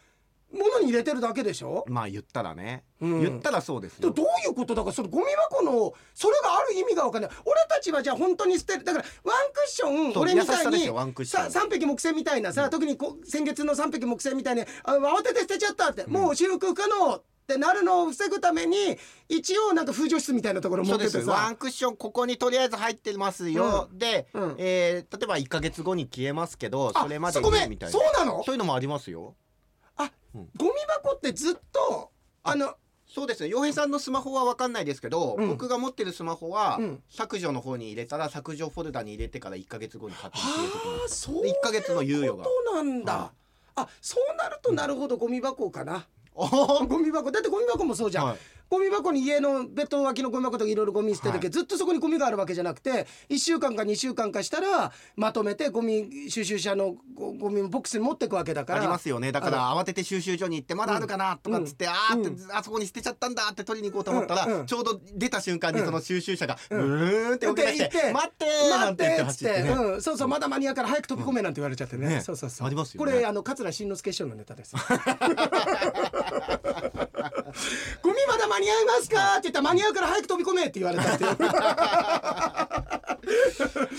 [SPEAKER 1] のに入れてるだけでしょ、
[SPEAKER 2] (laughs) まあ言ったらね、
[SPEAKER 1] うん
[SPEAKER 2] 言ったらそうです
[SPEAKER 1] で
[SPEAKER 2] よ
[SPEAKER 1] もどういうことだからそのゴミ箱のそれがある意味が分かんない俺たちはじゃあ本当に捨てるだからワンクッション
[SPEAKER 2] そう
[SPEAKER 1] 俺みたい
[SPEAKER 2] 優しさで
[SPEAKER 1] に
[SPEAKER 2] すよワンクッション
[SPEAKER 1] さ三匹木星みたいなさ、特にこう先月の三匹木星みたいにあ慌てて捨てちゃったって、もう修復不可能ってなるのを防ぐために一応なんか風除室みたいなところ持
[SPEAKER 2] そ
[SPEAKER 1] っ
[SPEAKER 2] うで
[SPEAKER 1] てて
[SPEAKER 2] すワ
[SPEAKER 1] さ
[SPEAKER 2] ンクッションここにとりあえず入ってますよ、で、
[SPEAKER 1] うん
[SPEAKER 2] えー例えば1か月後に消えますけど
[SPEAKER 1] あ
[SPEAKER 2] それまで
[SPEAKER 1] ごめ
[SPEAKER 2] に
[SPEAKER 1] ん
[SPEAKER 2] みたい
[SPEAKER 1] そ
[SPEAKER 2] な
[SPEAKER 1] うなの
[SPEAKER 2] そういうのもありますよ
[SPEAKER 1] ゴミ箱ってずっとあの
[SPEAKER 2] そうですね洋平さんのスマホは分かんないですけど、
[SPEAKER 1] うん
[SPEAKER 2] 僕が持ってるスマホは、
[SPEAKER 1] うん
[SPEAKER 2] 削除の方に入れたら削除フォルダに入れてから1か月後に勝手に消えてくる
[SPEAKER 1] はあそう
[SPEAKER 2] で
[SPEAKER 1] いう
[SPEAKER 2] 1ヶ月の猶予
[SPEAKER 1] こ
[SPEAKER 2] が
[SPEAKER 1] となんだ、
[SPEAKER 2] は
[SPEAKER 1] あそうなるとなるほどゴミ箱かな、
[SPEAKER 2] おー
[SPEAKER 1] (laughs) ゴミ箱だってゴミ箱もそうじゃん、
[SPEAKER 2] はい
[SPEAKER 1] ゴミ箱に家のベッド脇のゴミ箱とかいろいろゴミ捨てるけど、ずっとそこにゴミがあるわけじゃなくて1週間か2週間かしたらまとめてゴミ収集車のゴゴミボックスに持ってくわけだか
[SPEAKER 2] あ
[SPEAKER 1] ら
[SPEAKER 2] りますよねだから慌てて収集所に行ってまだあるかなとかっつって、あーって、あそこに捨てちゃったんだって取りに行こうと思ったら、
[SPEAKER 1] うんうん
[SPEAKER 2] ちょうど出た瞬間にその収集車がブ
[SPEAKER 1] ん
[SPEAKER 2] ーンって動き出して
[SPEAKER 1] って言って
[SPEAKER 2] 待ってー!」な
[SPEAKER 1] 待
[SPEAKER 2] ん
[SPEAKER 1] って
[SPEAKER 2] 言っ
[SPEAKER 1] てっ
[SPEAKER 2] て
[SPEAKER 1] つ
[SPEAKER 2] 走
[SPEAKER 1] っ
[SPEAKER 2] って
[SPEAKER 1] て、
[SPEAKER 2] ね、
[SPEAKER 1] うん、そうそうまだ間に合うから早く飛び込めなんて言われちゃってね,、
[SPEAKER 2] ね
[SPEAKER 1] そうそうそう
[SPEAKER 2] ありますよ
[SPEAKER 1] こ
[SPEAKER 2] ね
[SPEAKER 1] れあの桂新之助師匠のネタです (laughs) ゴミまだ間に合いますかって言ったら間に合うから早く飛び込めって言われたっていう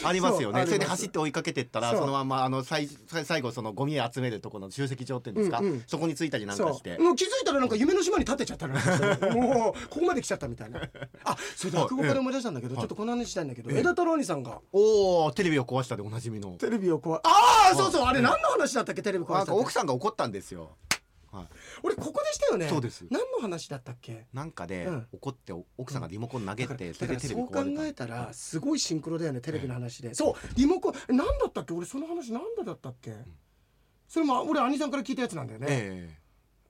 [SPEAKER 2] ありますよ
[SPEAKER 1] そうありま
[SPEAKER 2] ね
[SPEAKER 1] す
[SPEAKER 2] それで走って追いかけてったら
[SPEAKER 1] そう
[SPEAKER 2] そのままあの最最最後そのゴミ集めるとこの集積場っていうんですか、
[SPEAKER 1] うんうん
[SPEAKER 2] そこに着いたりなんか
[SPEAKER 1] そ
[SPEAKER 2] して
[SPEAKER 1] うもう気づいたらなんか夢の島に立てちゃった
[SPEAKER 2] (laughs)
[SPEAKER 1] のもうここまで来ちゃったみたいなあそれで落語家で思い出したんだけど、ちょっとこの話したいんだけど、枝太郎兄さんが
[SPEAKER 2] おおテレビを壊したでおなじみの
[SPEAKER 1] テレビを壊ああそうそうあれ何の話だったっけテレビ壊
[SPEAKER 2] な
[SPEAKER 1] し
[SPEAKER 2] ん
[SPEAKER 1] た
[SPEAKER 2] か
[SPEAKER 1] って
[SPEAKER 2] 奥さんが怒ったんですよ、はい、
[SPEAKER 1] 俺ここでしたよね
[SPEAKER 2] そうです
[SPEAKER 1] 何の話だったっけ
[SPEAKER 2] なんかで、
[SPEAKER 1] うん
[SPEAKER 2] 怒って奥さんがリモコン投げて、そ
[SPEAKER 1] だから
[SPEAKER 2] れでテレ
[SPEAKER 1] そ
[SPEAKER 2] ビ
[SPEAKER 1] う考
[SPEAKER 2] 壊れた
[SPEAKER 1] えたらすごいシンクロだよねテレビの話で、そうリモコン何だったっけ俺その話何だったっけ、それも俺兄さんから聞いたやつなんだよね、
[SPEAKER 2] ええ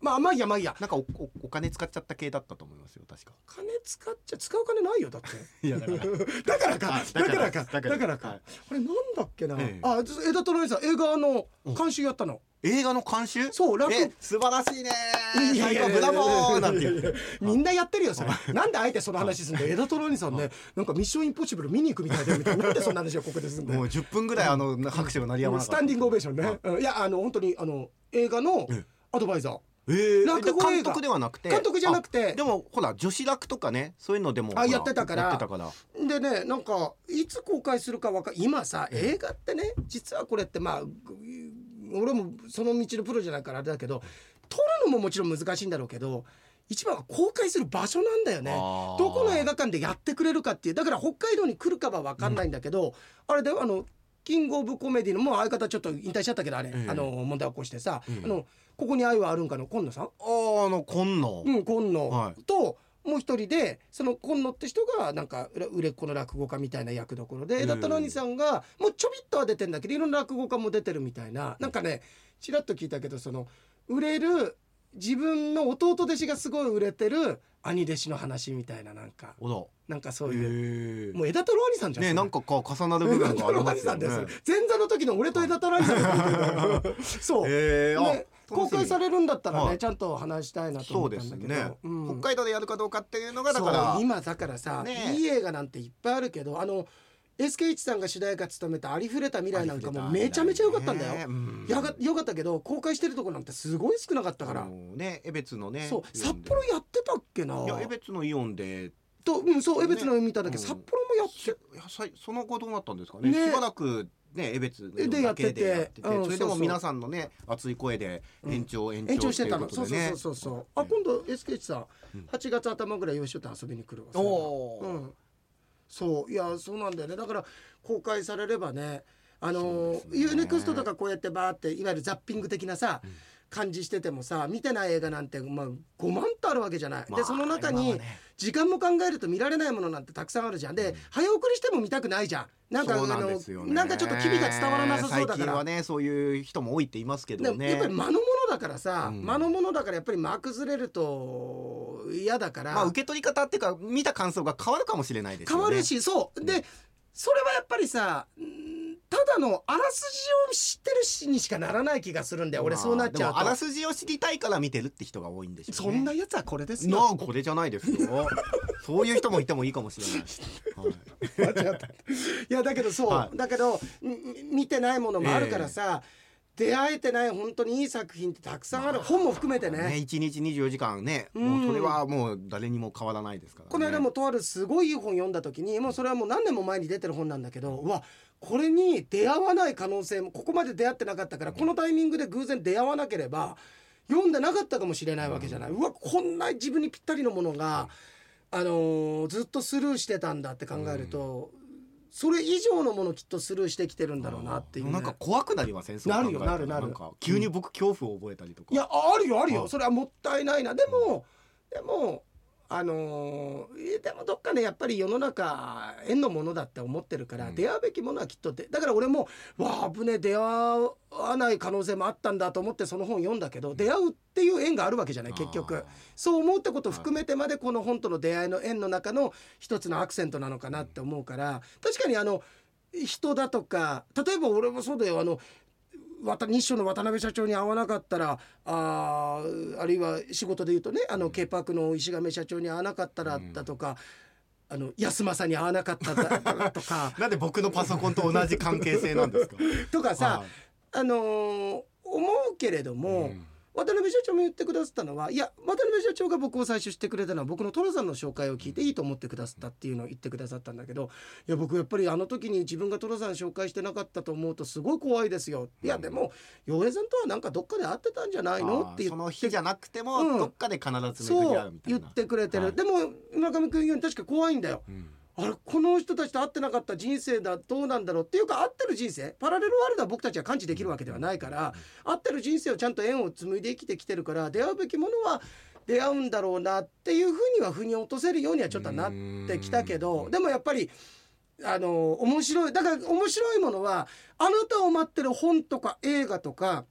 [SPEAKER 1] まあまあいいやまあいいや
[SPEAKER 2] なんかおおお金使っちゃった系だったと思いますよ確か。
[SPEAKER 1] 金使っちゃ使う金ないよだって
[SPEAKER 2] いやだから
[SPEAKER 1] だからか
[SPEAKER 2] あ
[SPEAKER 1] だ
[SPEAKER 2] だ
[SPEAKER 1] か
[SPEAKER 2] からら
[SPEAKER 1] かだか
[SPEAKER 2] だからら
[SPEAKER 1] か
[SPEAKER 2] はい
[SPEAKER 1] あれなんだっけな、
[SPEAKER 2] ええ
[SPEAKER 1] あちょっと枝太郎兄さん映画の
[SPEAKER 2] うん
[SPEAKER 1] 監修やったの、
[SPEAKER 2] 映画の監修
[SPEAKER 1] そう楽
[SPEAKER 2] え素晴らしいね
[SPEAKER 1] いやい
[SPEAKER 2] 最
[SPEAKER 1] や
[SPEAKER 2] 高
[SPEAKER 1] いや
[SPEAKER 2] ブ
[SPEAKER 1] いや
[SPEAKER 2] ラ
[SPEAKER 1] いや
[SPEAKER 2] ボーなんて
[SPEAKER 1] (laughs)
[SPEAKER 2] 言って
[SPEAKER 1] みんなやってるよそれなんであえてその話すんだよ枝太郎兄さんねなんか「ミッションインポッシブル」見に行くみたいだよみたいななんでそんな話をここですんだ
[SPEAKER 2] もう
[SPEAKER 1] よ
[SPEAKER 2] 10分ぐらいあの拍手が鳴りやまなか
[SPEAKER 1] ス
[SPEAKER 2] った
[SPEAKER 1] タンディングオベーションね、うんいやあの本当にあの映画の
[SPEAKER 2] ええ
[SPEAKER 1] アドバイザー
[SPEAKER 2] えー
[SPEAKER 1] 落語映画
[SPEAKER 2] 監督ではなくて
[SPEAKER 1] 監督じゃなくて
[SPEAKER 2] あでもほら女子楽とかねそういうのでも
[SPEAKER 1] あ
[SPEAKER 2] ほら
[SPEAKER 1] やってたから
[SPEAKER 2] やってたから
[SPEAKER 1] でねなんかいつ公開するかわか今さ映画ってね実はこれってまあぐ俺もその道のプロじゃないからあれだけど撮るのももちろん難しいんだろうけど一番は公開する場所なんだよね
[SPEAKER 2] あー
[SPEAKER 1] どこの映画館でやってくれるかっていうだから北海道に来るかは分かんないんだけど、あれだよあのキングオブコメディのもう相方ちょっと引退しちゃったけどあれ、
[SPEAKER 2] ええ
[SPEAKER 1] あの問題起こしてさ、
[SPEAKER 2] ええ
[SPEAKER 1] あのここに愛はあるんかの今野さん
[SPEAKER 2] あーあの今野
[SPEAKER 1] うん、今野、
[SPEAKER 2] はい
[SPEAKER 1] ともう一人でその今野って人がなんか売れ売れっ子の落語家みたいな役どころで
[SPEAKER 2] うん
[SPEAKER 1] 枝太郎兄さんがもうちょびっとは出てんだけどいろんな落語家も出てるみたいななんかねちらっと聞いたけどその売れる自分の弟弟子がすごい売れてる兄弟子の話みたいななんか
[SPEAKER 2] おだ
[SPEAKER 1] なんかそういう、
[SPEAKER 2] へえ
[SPEAKER 1] もう枝太郎兄さんじゃん
[SPEAKER 2] ねえ
[SPEAKER 1] それ
[SPEAKER 2] なんかか重なる部
[SPEAKER 1] 枝
[SPEAKER 2] 分があ
[SPEAKER 1] 太
[SPEAKER 2] り
[SPEAKER 1] 郎
[SPEAKER 2] ま
[SPEAKER 1] 兄
[SPEAKER 2] す
[SPEAKER 1] さ
[SPEAKER 2] よ
[SPEAKER 1] ん
[SPEAKER 2] ね
[SPEAKER 1] です、前座の時の俺と枝太郎兄さん
[SPEAKER 2] (laughs)
[SPEAKER 1] が出てるそう、
[SPEAKER 2] へえあ
[SPEAKER 1] ね、公開さ
[SPEAKER 2] れ
[SPEAKER 1] れるんだったらね、
[SPEAKER 2] はい
[SPEAKER 1] ちゃんと話したいなと
[SPEAKER 2] そ
[SPEAKER 1] 思っ
[SPEAKER 2] うで
[SPEAKER 1] たん
[SPEAKER 2] す
[SPEAKER 1] だけど
[SPEAKER 2] ね
[SPEAKER 1] うん
[SPEAKER 2] 北海道でやるかどうかっていうのがだから
[SPEAKER 1] そう今だからさ、
[SPEAKER 2] ねえ
[SPEAKER 1] いい映画なんていっぱいあるけどあの SKH さんが主題歌務めた「ありふれた未来」なんかもめちゃめちゃ良かったんだよ、やがよかったけど公開してるとこなんてすごい少なかった
[SPEAKER 2] だ
[SPEAKER 1] か、
[SPEAKER 2] かららね江別のね
[SPEAKER 1] そう
[SPEAKER 2] イオ
[SPEAKER 1] 札
[SPEAKER 2] ンで
[SPEAKER 1] 幌やってたっけない
[SPEAKER 2] や江別のイオンで
[SPEAKER 1] と、うん、そう江別の海見たんだけど、
[SPEAKER 2] ね
[SPEAKER 1] 札幌もやって
[SPEAKER 2] し野菜その後どうなったんですかね
[SPEAKER 1] ね
[SPEAKER 2] しばらくね江別のイオン
[SPEAKER 1] でやってて
[SPEAKER 2] だけでやってて
[SPEAKER 1] うん
[SPEAKER 2] それで
[SPEAKER 1] そう
[SPEAKER 2] も
[SPEAKER 1] そう
[SPEAKER 2] 皆さんのね熱い声で延長、延長
[SPEAKER 1] 延長してたの、
[SPEAKER 2] ってい
[SPEAKER 1] そうう
[SPEAKER 2] こと
[SPEAKER 1] そう
[SPEAKER 2] で
[SPEAKER 1] そ
[SPEAKER 2] ね
[SPEAKER 1] うそうそうあ今度 SKH さん、
[SPEAKER 2] うん
[SPEAKER 1] 8月頭ぐらい吉本遊びに来るわ
[SPEAKER 2] お
[SPEAKER 1] う
[SPEAKER 2] ー
[SPEAKER 1] ん、そういやそうなんだよねだから公開されればねあの
[SPEAKER 2] そうです
[SPEAKER 1] ユー
[SPEAKER 2] ね
[SPEAKER 1] ネクストとかこうやってバーっていわゆるザッピング的なさ、
[SPEAKER 2] うん
[SPEAKER 1] 感じしててもさ見てない映画なんて、まあ、5万とあるわけじゃない、
[SPEAKER 2] まあ
[SPEAKER 1] でその中に
[SPEAKER 2] 今はね
[SPEAKER 1] 時間も考えると見られないものなんてたくさんあるじゃんで、
[SPEAKER 2] うん
[SPEAKER 1] 早送りしても見たくないじゃんなんか
[SPEAKER 2] そう
[SPEAKER 1] あ
[SPEAKER 2] なん
[SPEAKER 1] の
[SPEAKER 2] ですよね
[SPEAKER 1] なんかちょっと機微が伝わらなさそうだ
[SPEAKER 2] 最
[SPEAKER 1] か
[SPEAKER 2] 近
[SPEAKER 1] ら
[SPEAKER 2] はねそういう人も多いって言いますけ
[SPEAKER 1] で
[SPEAKER 2] ど
[SPEAKER 1] も
[SPEAKER 2] ね
[SPEAKER 1] やっぱり間のものだからさ、
[SPEAKER 2] うん
[SPEAKER 1] 間のものだからやっぱり間崩れると嫌だから、
[SPEAKER 2] まあ受け取り方っていうか見た感想が変わるかもしれないですよ
[SPEAKER 1] 変
[SPEAKER 2] ね
[SPEAKER 1] わるしそうで、
[SPEAKER 2] う
[SPEAKER 1] それはやっぱりさうんただのあらすじを知ってるしにしかならない気がするんだよ、俺
[SPEAKER 2] まあ
[SPEAKER 1] そうなっちゃう
[SPEAKER 2] でもあら
[SPEAKER 1] と
[SPEAKER 2] すじを知りたいから見てるって人が多いんでしょ
[SPEAKER 1] そう
[SPEAKER 2] ね
[SPEAKER 1] んなやつはこれです
[SPEAKER 2] な
[SPEAKER 1] よ
[SPEAKER 2] あこれじゃないです (laughs) よそういう人もいてもいいかもしれ (laughs) ない、はい
[SPEAKER 1] 間違 (laughs) ったいやだけどそう、
[SPEAKER 2] はい
[SPEAKER 1] だけどん見てないものもあるからさ、出会えてない本当にいい作品ってたくさんある、本も含めてね
[SPEAKER 2] ね、1日24時間ね、
[SPEAKER 1] うん
[SPEAKER 2] もうそれはもう誰にも変わらないですから、ね、
[SPEAKER 1] この間もとあるすごいいい本読んだ時にもうそれはもう何年も前に出てる本なんだけどうわこれに出会わない可能性もここまで出会ってなかったからこのタイミングで偶然出会わなければ読んでなかったかもしれないわけじゃない、うわこんな自分にぴったりのものが、あのーずっとスルーしてたんだって考えると、それ以上のものきっとスルーしてきてるんだろうなっていう、ね、
[SPEAKER 2] なんか怖くなりませんそう考えたら
[SPEAKER 1] なるよなるなる
[SPEAKER 2] んか急に僕恐怖を覚えたりとか、
[SPEAKER 1] いやああるよあるよ
[SPEAKER 2] はい
[SPEAKER 1] それはもったいないなでもでもあのーでもどっかねやっぱり世の中縁のものだって思ってるから、
[SPEAKER 2] うん
[SPEAKER 1] 出会うべきものはきっとでだから俺もわあぶねえ出会わない可能性もあったんだと思ってその本読んだけど、出会うっていう縁があるわけじゃない結
[SPEAKER 2] あ
[SPEAKER 1] 局
[SPEAKER 2] ー
[SPEAKER 1] そう思うってことを含めてまでこの本との出会いの縁の中の一つのアクセントなのかなって思うから確かにあの人だとか例えば俺もそうだよあのわた日照の渡辺社長に会わなかったらあーあるいは仕事で言うとねあの K パークの石亀社長に会わなかったらだとか、あの安政に会わなかっただとか
[SPEAKER 2] なんで僕のパソコンと同じ関係性なんですか
[SPEAKER 1] とかさ、
[SPEAKER 2] (laughs) はい
[SPEAKER 1] あのー思うけれども、
[SPEAKER 2] うん
[SPEAKER 1] 渡辺社長も言ってくださったのはいや渡辺社長が僕を最初してくれたのは僕の寅さんの紹介を聞いていいと思ってくださったっていうのを言ってくださったんだけどいや僕やっぱりあの時に自分が寅さん紹介してなかったと思うとすごい怖いですよ。いやでも洋平さんとはなんかどっかで会ってたんじゃないのって言って
[SPEAKER 2] その日じゃなくても、
[SPEAKER 1] うん
[SPEAKER 2] どっかで必ず巡り
[SPEAKER 1] そ
[SPEAKER 2] 合う
[SPEAKER 1] う
[SPEAKER 2] みたい
[SPEAKER 1] 言
[SPEAKER 2] な
[SPEAKER 1] ってくれてる、
[SPEAKER 2] はい
[SPEAKER 1] でも村上君ように確か怖いんだよ
[SPEAKER 2] うん
[SPEAKER 1] あれこの人たちと会ってなかった人生だどうなんだろうっていうか合ってる人生パラレルワールドは僕たちは感知できるわけではないから合ってる人生をちゃんと縁を紡いで生きてきてるから出会うべきものは出会うんだろうなっていうふうには腑に落とせるようにはちょっとはなってきたけど
[SPEAKER 2] うん
[SPEAKER 1] でもやっぱりあの面白いだから面白いものはあなたを待ってる本とか映画とか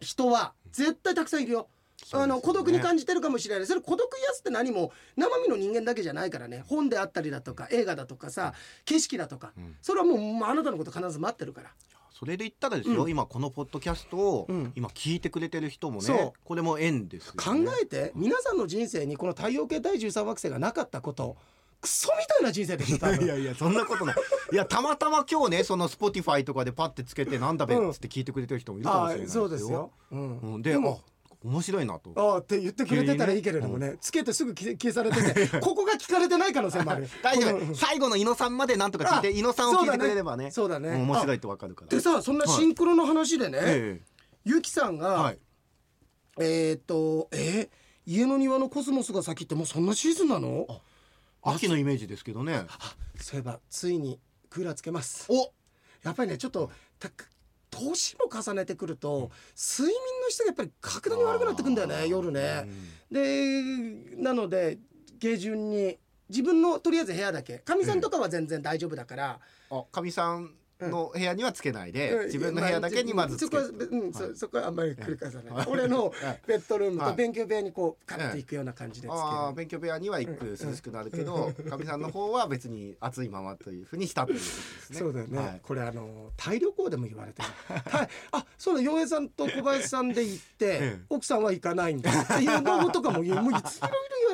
[SPEAKER 1] 人は絶対たくさんいるよ。あの孤独に感じてるかもしれないそれ孤独癒すって何も生身の人間だけじゃないからね本であったりだとか映画だとかさ景色だとか
[SPEAKER 2] うん
[SPEAKER 1] それはもうあなたのこと必ず待ってるから
[SPEAKER 2] それで言ったらですよ、
[SPEAKER 1] う
[SPEAKER 2] 今このポッドキャストを、
[SPEAKER 1] うん
[SPEAKER 2] 今聞いてくれてる人も
[SPEAKER 1] そう
[SPEAKER 2] ねこれも縁ですよ、ね、
[SPEAKER 1] 考えて皆さんの人生にこの太陽系第13惑星がなかったことクソみたいな人生でしょ多分
[SPEAKER 2] (laughs) いやいやそんなことないいやたまたま今日ねその Spotify とかでパッてつけてなんだべっつって聞いてくれてる人もいるかもしれない
[SPEAKER 1] あそうですよ、うん
[SPEAKER 2] うん、で
[SPEAKER 1] も
[SPEAKER 2] あ面白いなと
[SPEAKER 1] ああって言ってくれてたらいいけれどもね、つけてすぐ消え消されててここが聞かれてない可能性もある
[SPEAKER 2] (laughs) 大丈
[SPEAKER 1] この
[SPEAKER 2] 夫最後の猪野さんまでなんとか聞い
[SPEAKER 1] あ
[SPEAKER 2] て猪野さんを聞いてくれればね
[SPEAKER 1] そうだねそうだね
[SPEAKER 2] ん面白いってわかるから
[SPEAKER 1] でさそんなシンクロの話でね、
[SPEAKER 2] え
[SPEAKER 1] ゆきさんが、
[SPEAKER 2] えはい
[SPEAKER 1] えー、っとえー家の庭のコスモスが先ってもうそんなシーズンなの
[SPEAKER 2] あ秋のイメージですけどね
[SPEAKER 1] そういえばついにクーラーつけます
[SPEAKER 2] お
[SPEAKER 1] やっぱりねちょっとた年も重ねてくると睡眠の質がやっぱり格段に悪くなってくんだよ
[SPEAKER 2] あ
[SPEAKER 1] ね
[SPEAKER 2] ー
[SPEAKER 1] 夜
[SPEAKER 2] う
[SPEAKER 1] ね。
[SPEAKER 2] ん
[SPEAKER 1] でなので下旬に自分のとりあえず部屋だけかみさんとかは全然大丈夫だから、
[SPEAKER 2] あかみさんの部屋にはつけないで、
[SPEAKER 1] うん
[SPEAKER 2] 自分の部屋だけにまずつ
[SPEAKER 1] そ
[SPEAKER 2] け
[SPEAKER 1] こは、
[SPEAKER 2] る
[SPEAKER 1] うん、そそこはあんまり繰り返さない、
[SPEAKER 2] (laughs) はい
[SPEAKER 1] 俺の
[SPEAKER 2] はい
[SPEAKER 1] ベッドルーム
[SPEAKER 2] は
[SPEAKER 1] と
[SPEAKER 2] い
[SPEAKER 1] 勉強部屋にこうカッていくような感じでつける、
[SPEAKER 2] ああ勉強部屋には行く涼しくなるけどかみさんの方は別に暑いままというふうにしたということですね。
[SPEAKER 1] そうだよね、
[SPEAKER 2] はい
[SPEAKER 1] これあのタイ旅行でも言われ
[SPEAKER 2] (laughs)
[SPEAKER 1] てるはいあそうだ洋平さんと小林さんで行って、
[SPEAKER 2] (laughs) え
[SPEAKER 1] 奥さんは行かないんだっていうのとかも
[SPEAKER 2] (laughs)
[SPEAKER 1] 言うもういついろ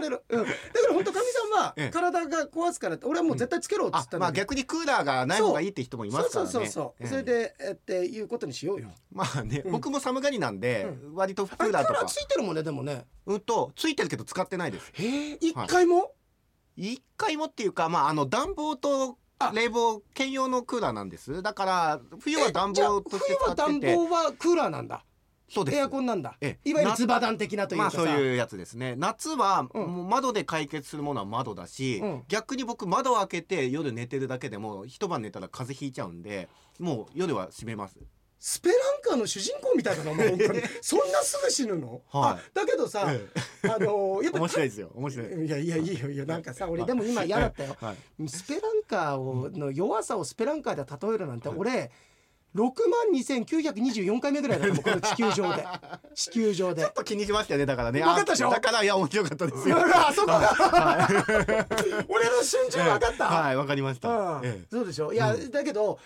[SPEAKER 1] いろ言われる、うん、だから本当かみさんは
[SPEAKER 2] ええ
[SPEAKER 1] 体が壊すからって俺はもう絶対つけろっつっ
[SPEAKER 2] あ
[SPEAKER 1] たん
[SPEAKER 2] ま
[SPEAKER 1] だ
[SPEAKER 2] あ
[SPEAKER 1] けど、
[SPEAKER 2] 逆にクーラーがない方がいいって人もいますか
[SPEAKER 1] そ
[SPEAKER 2] ら
[SPEAKER 1] う
[SPEAKER 2] ね。
[SPEAKER 1] そうそう、
[SPEAKER 2] ええ
[SPEAKER 1] それでえっていうことにしようよ
[SPEAKER 2] まあね、
[SPEAKER 1] うん
[SPEAKER 2] 僕も寒がりなんで、割とク
[SPEAKER 1] あれ
[SPEAKER 2] ー
[SPEAKER 1] カ
[SPEAKER 2] ラーと
[SPEAKER 1] ラー
[SPEAKER 2] か
[SPEAKER 1] ついてるもんねでもね
[SPEAKER 2] うんとついてるけど使ってないです。
[SPEAKER 1] へえ一回も、
[SPEAKER 2] 一回もっていうかまああの暖房と
[SPEAKER 1] あ
[SPEAKER 2] 冷房兼用のクーラーなんです。だから冬は暖
[SPEAKER 1] じゃあ
[SPEAKER 2] 房として使って
[SPEAKER 1] 冬
[SPEAKER 2] て
[SPEAKER 1] は、暖房はクーラーなんだ
[SPEAKER 2] そうです。
[SPEAKER 1] エアコンなんだ、
[SPEAKER 2] ええ
[SPEAKER 1] いわゆるズバ弾的なという
[SPEAKER 2] まあ
[SPEAKER 1] かさ、
[SPEAKER 2] そういうやつですね夏はも
[SPEAKER 1] うん
[SPEAKER 2] う窓で解決するものは窓だし、
[SPEAKER 1] うん
[SPEAKER 2] 逆に僕窓を開けて夜寝てるだけでも一晩寝たら風邪ひいちゃうんでもう夜は閉めます
[SPEAKER 1] スペランカの主人公みたいだなお前本
[SPEAKER 2] (laughs)
[SPEAKER 1] 当にそんなすぐ死ぬの、
[SPEAKER 2] は
[SPEAKER 1] あ
[SPEAKER 2] い
[SPEAKER 1] だけどさ、
[SPEAKER 2] え
[SPEAKER 1] あ
[SPEAKER 2] (laughs)
[SPEAKER 1] のーやっぱ
[SPEAKER 2] 面白いですよ面白い、
[SPEAKER 1] いやいやいいよいいよなんかさ俺
[SPEAKER 2] はい
[SPEAKER 1] でも今嫌だったよ
[SPEAKER 2] はい、
[SPEAKER 1] スペランカーをの弱さをスペランカーで例えるなんて俺6万2924回目ぐらい
[SPEAKER 2] (laughs)
[SPEAKER 1] だと思うこの地球上で地球上で
[SPEAKER 2] ちょっと気にしましたよねだからね
[SPEAKER 1] わかったでしょ
[SPEAKER 2] あだからいや面白かったですよ
[SPEAKER 1] (laughs) ほらあそこが俺の瞬中分かった、
[SPEAKER 2] はいわかりました、
[SPEAKER 1] うん
[SPEAKER 2] ええ
[SPEAKER 1] そうでしょいや、
[SPEAKER 2] う
[SPEAKER 1] だけど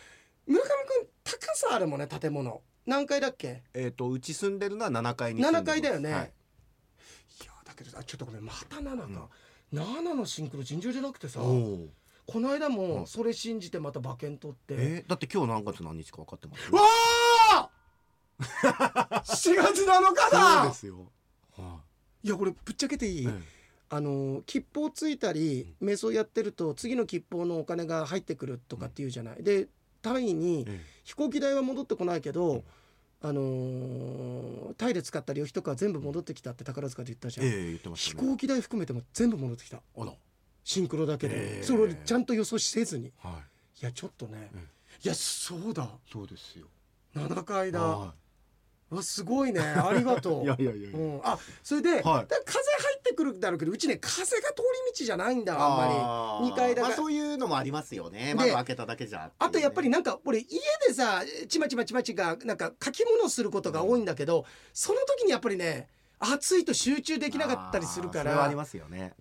[SPEAKER 1] 村上君高さあるもんね建物何階だっけ
[SPEAKER 2] えっ、とうち住んでるのは7階に住んでま
[SPEAKER 1] 7
[SPEAKER 2] す
[SPEAKER 1] 階だよね、、
[SPEAKER 2] はいい
[SPEAKER 1] やだけどあちょっとごめんまた7か、7のシンクロ尋常じゃなくてさ
[SPEAKER 2] おお
[SPEAKER 1] この間
[SPEAKER 2] う
[SPEAKER 1] も
[SPEAKER 2] ん
[SPEAKER 1] それ信じてまた馬券取って、
[SPEAKER 2] えだって今日何月何日か分かってます
[SPEAKER 1] わあ4月7日
[SPEAKER 2] そうで
[SPEAKER 1] だ
[SPEAKER 2] すよ、はい
[SPEAKER 1] いやこれぶっちゃけていい、
[SPEAKER 2] ええ
[SPEAKER 1] あの吉報ついたり瞑想やってると次の吉報のお金が入ってくるとかっていうじゃない、でタイに
[SPEAKER 2] え
[SPEAKER 1] 飛行機代は戻ってこないけど、
[SPEAKER 2] うん
[SPEAKER 1] あのータイで使った旅費とか全部戻ってきたって宝塚で言ったじ
[SPEAKER 2] え
[SPEAKER 1] ゃん、
[SPEAKER 2] ええ言ってまし
[SPEAKER 1] 飛
[SPEAKER 2] たね
[SPEAKER 1] 行機代含めても全部戻ってきた
[SPEAKER 2] あら
[SPEAKER 1] シンクロだけで、
[SPEAKER 2] えー
[SPEAKER 1] それをちゃんと予想せずにい
[SPEAKER 2] はい
[SPEAKER 1] やちょっとね、
[SPEAKER 2] ええ
[SPEAKER 1] いやそうだ
[SPEAKER 2] そうですよ。
[SPEAKER 1] 7階だ
[SPEAKER 2] は
[SPEAKER 1] うわすごい
[SPEAKER 2] (laughs)
[SPEAKER 1] ねありがと
[SPEAKER 2] い
[SPEAKER 1] う
[SPEAKER 2] いやいやいやいや。
[SPEAKER 1] うん、あそれで、だから風入ってくるだろうけどうちね風が通り道じゃないんだわあんまり
[SPEAKER 2] ー
[SPEAKER 1] 二階だから
[SPEAKER 2] まあそういうのもありますよね。
[SPEAKER 1] で
[SPEAKER 2] 窓開けただけじゃっていうね。
[SPEAKER 1] あとやっぱりなんか俺家でさちまちまちまちがなんか書き物することが多いんだけど、その時にやっぱりね暑いと集中できなかったりするか
[SPEAKER 2] あーそれは
[SPEAKER 1] ら
[SPEAKER 2] ありますよね。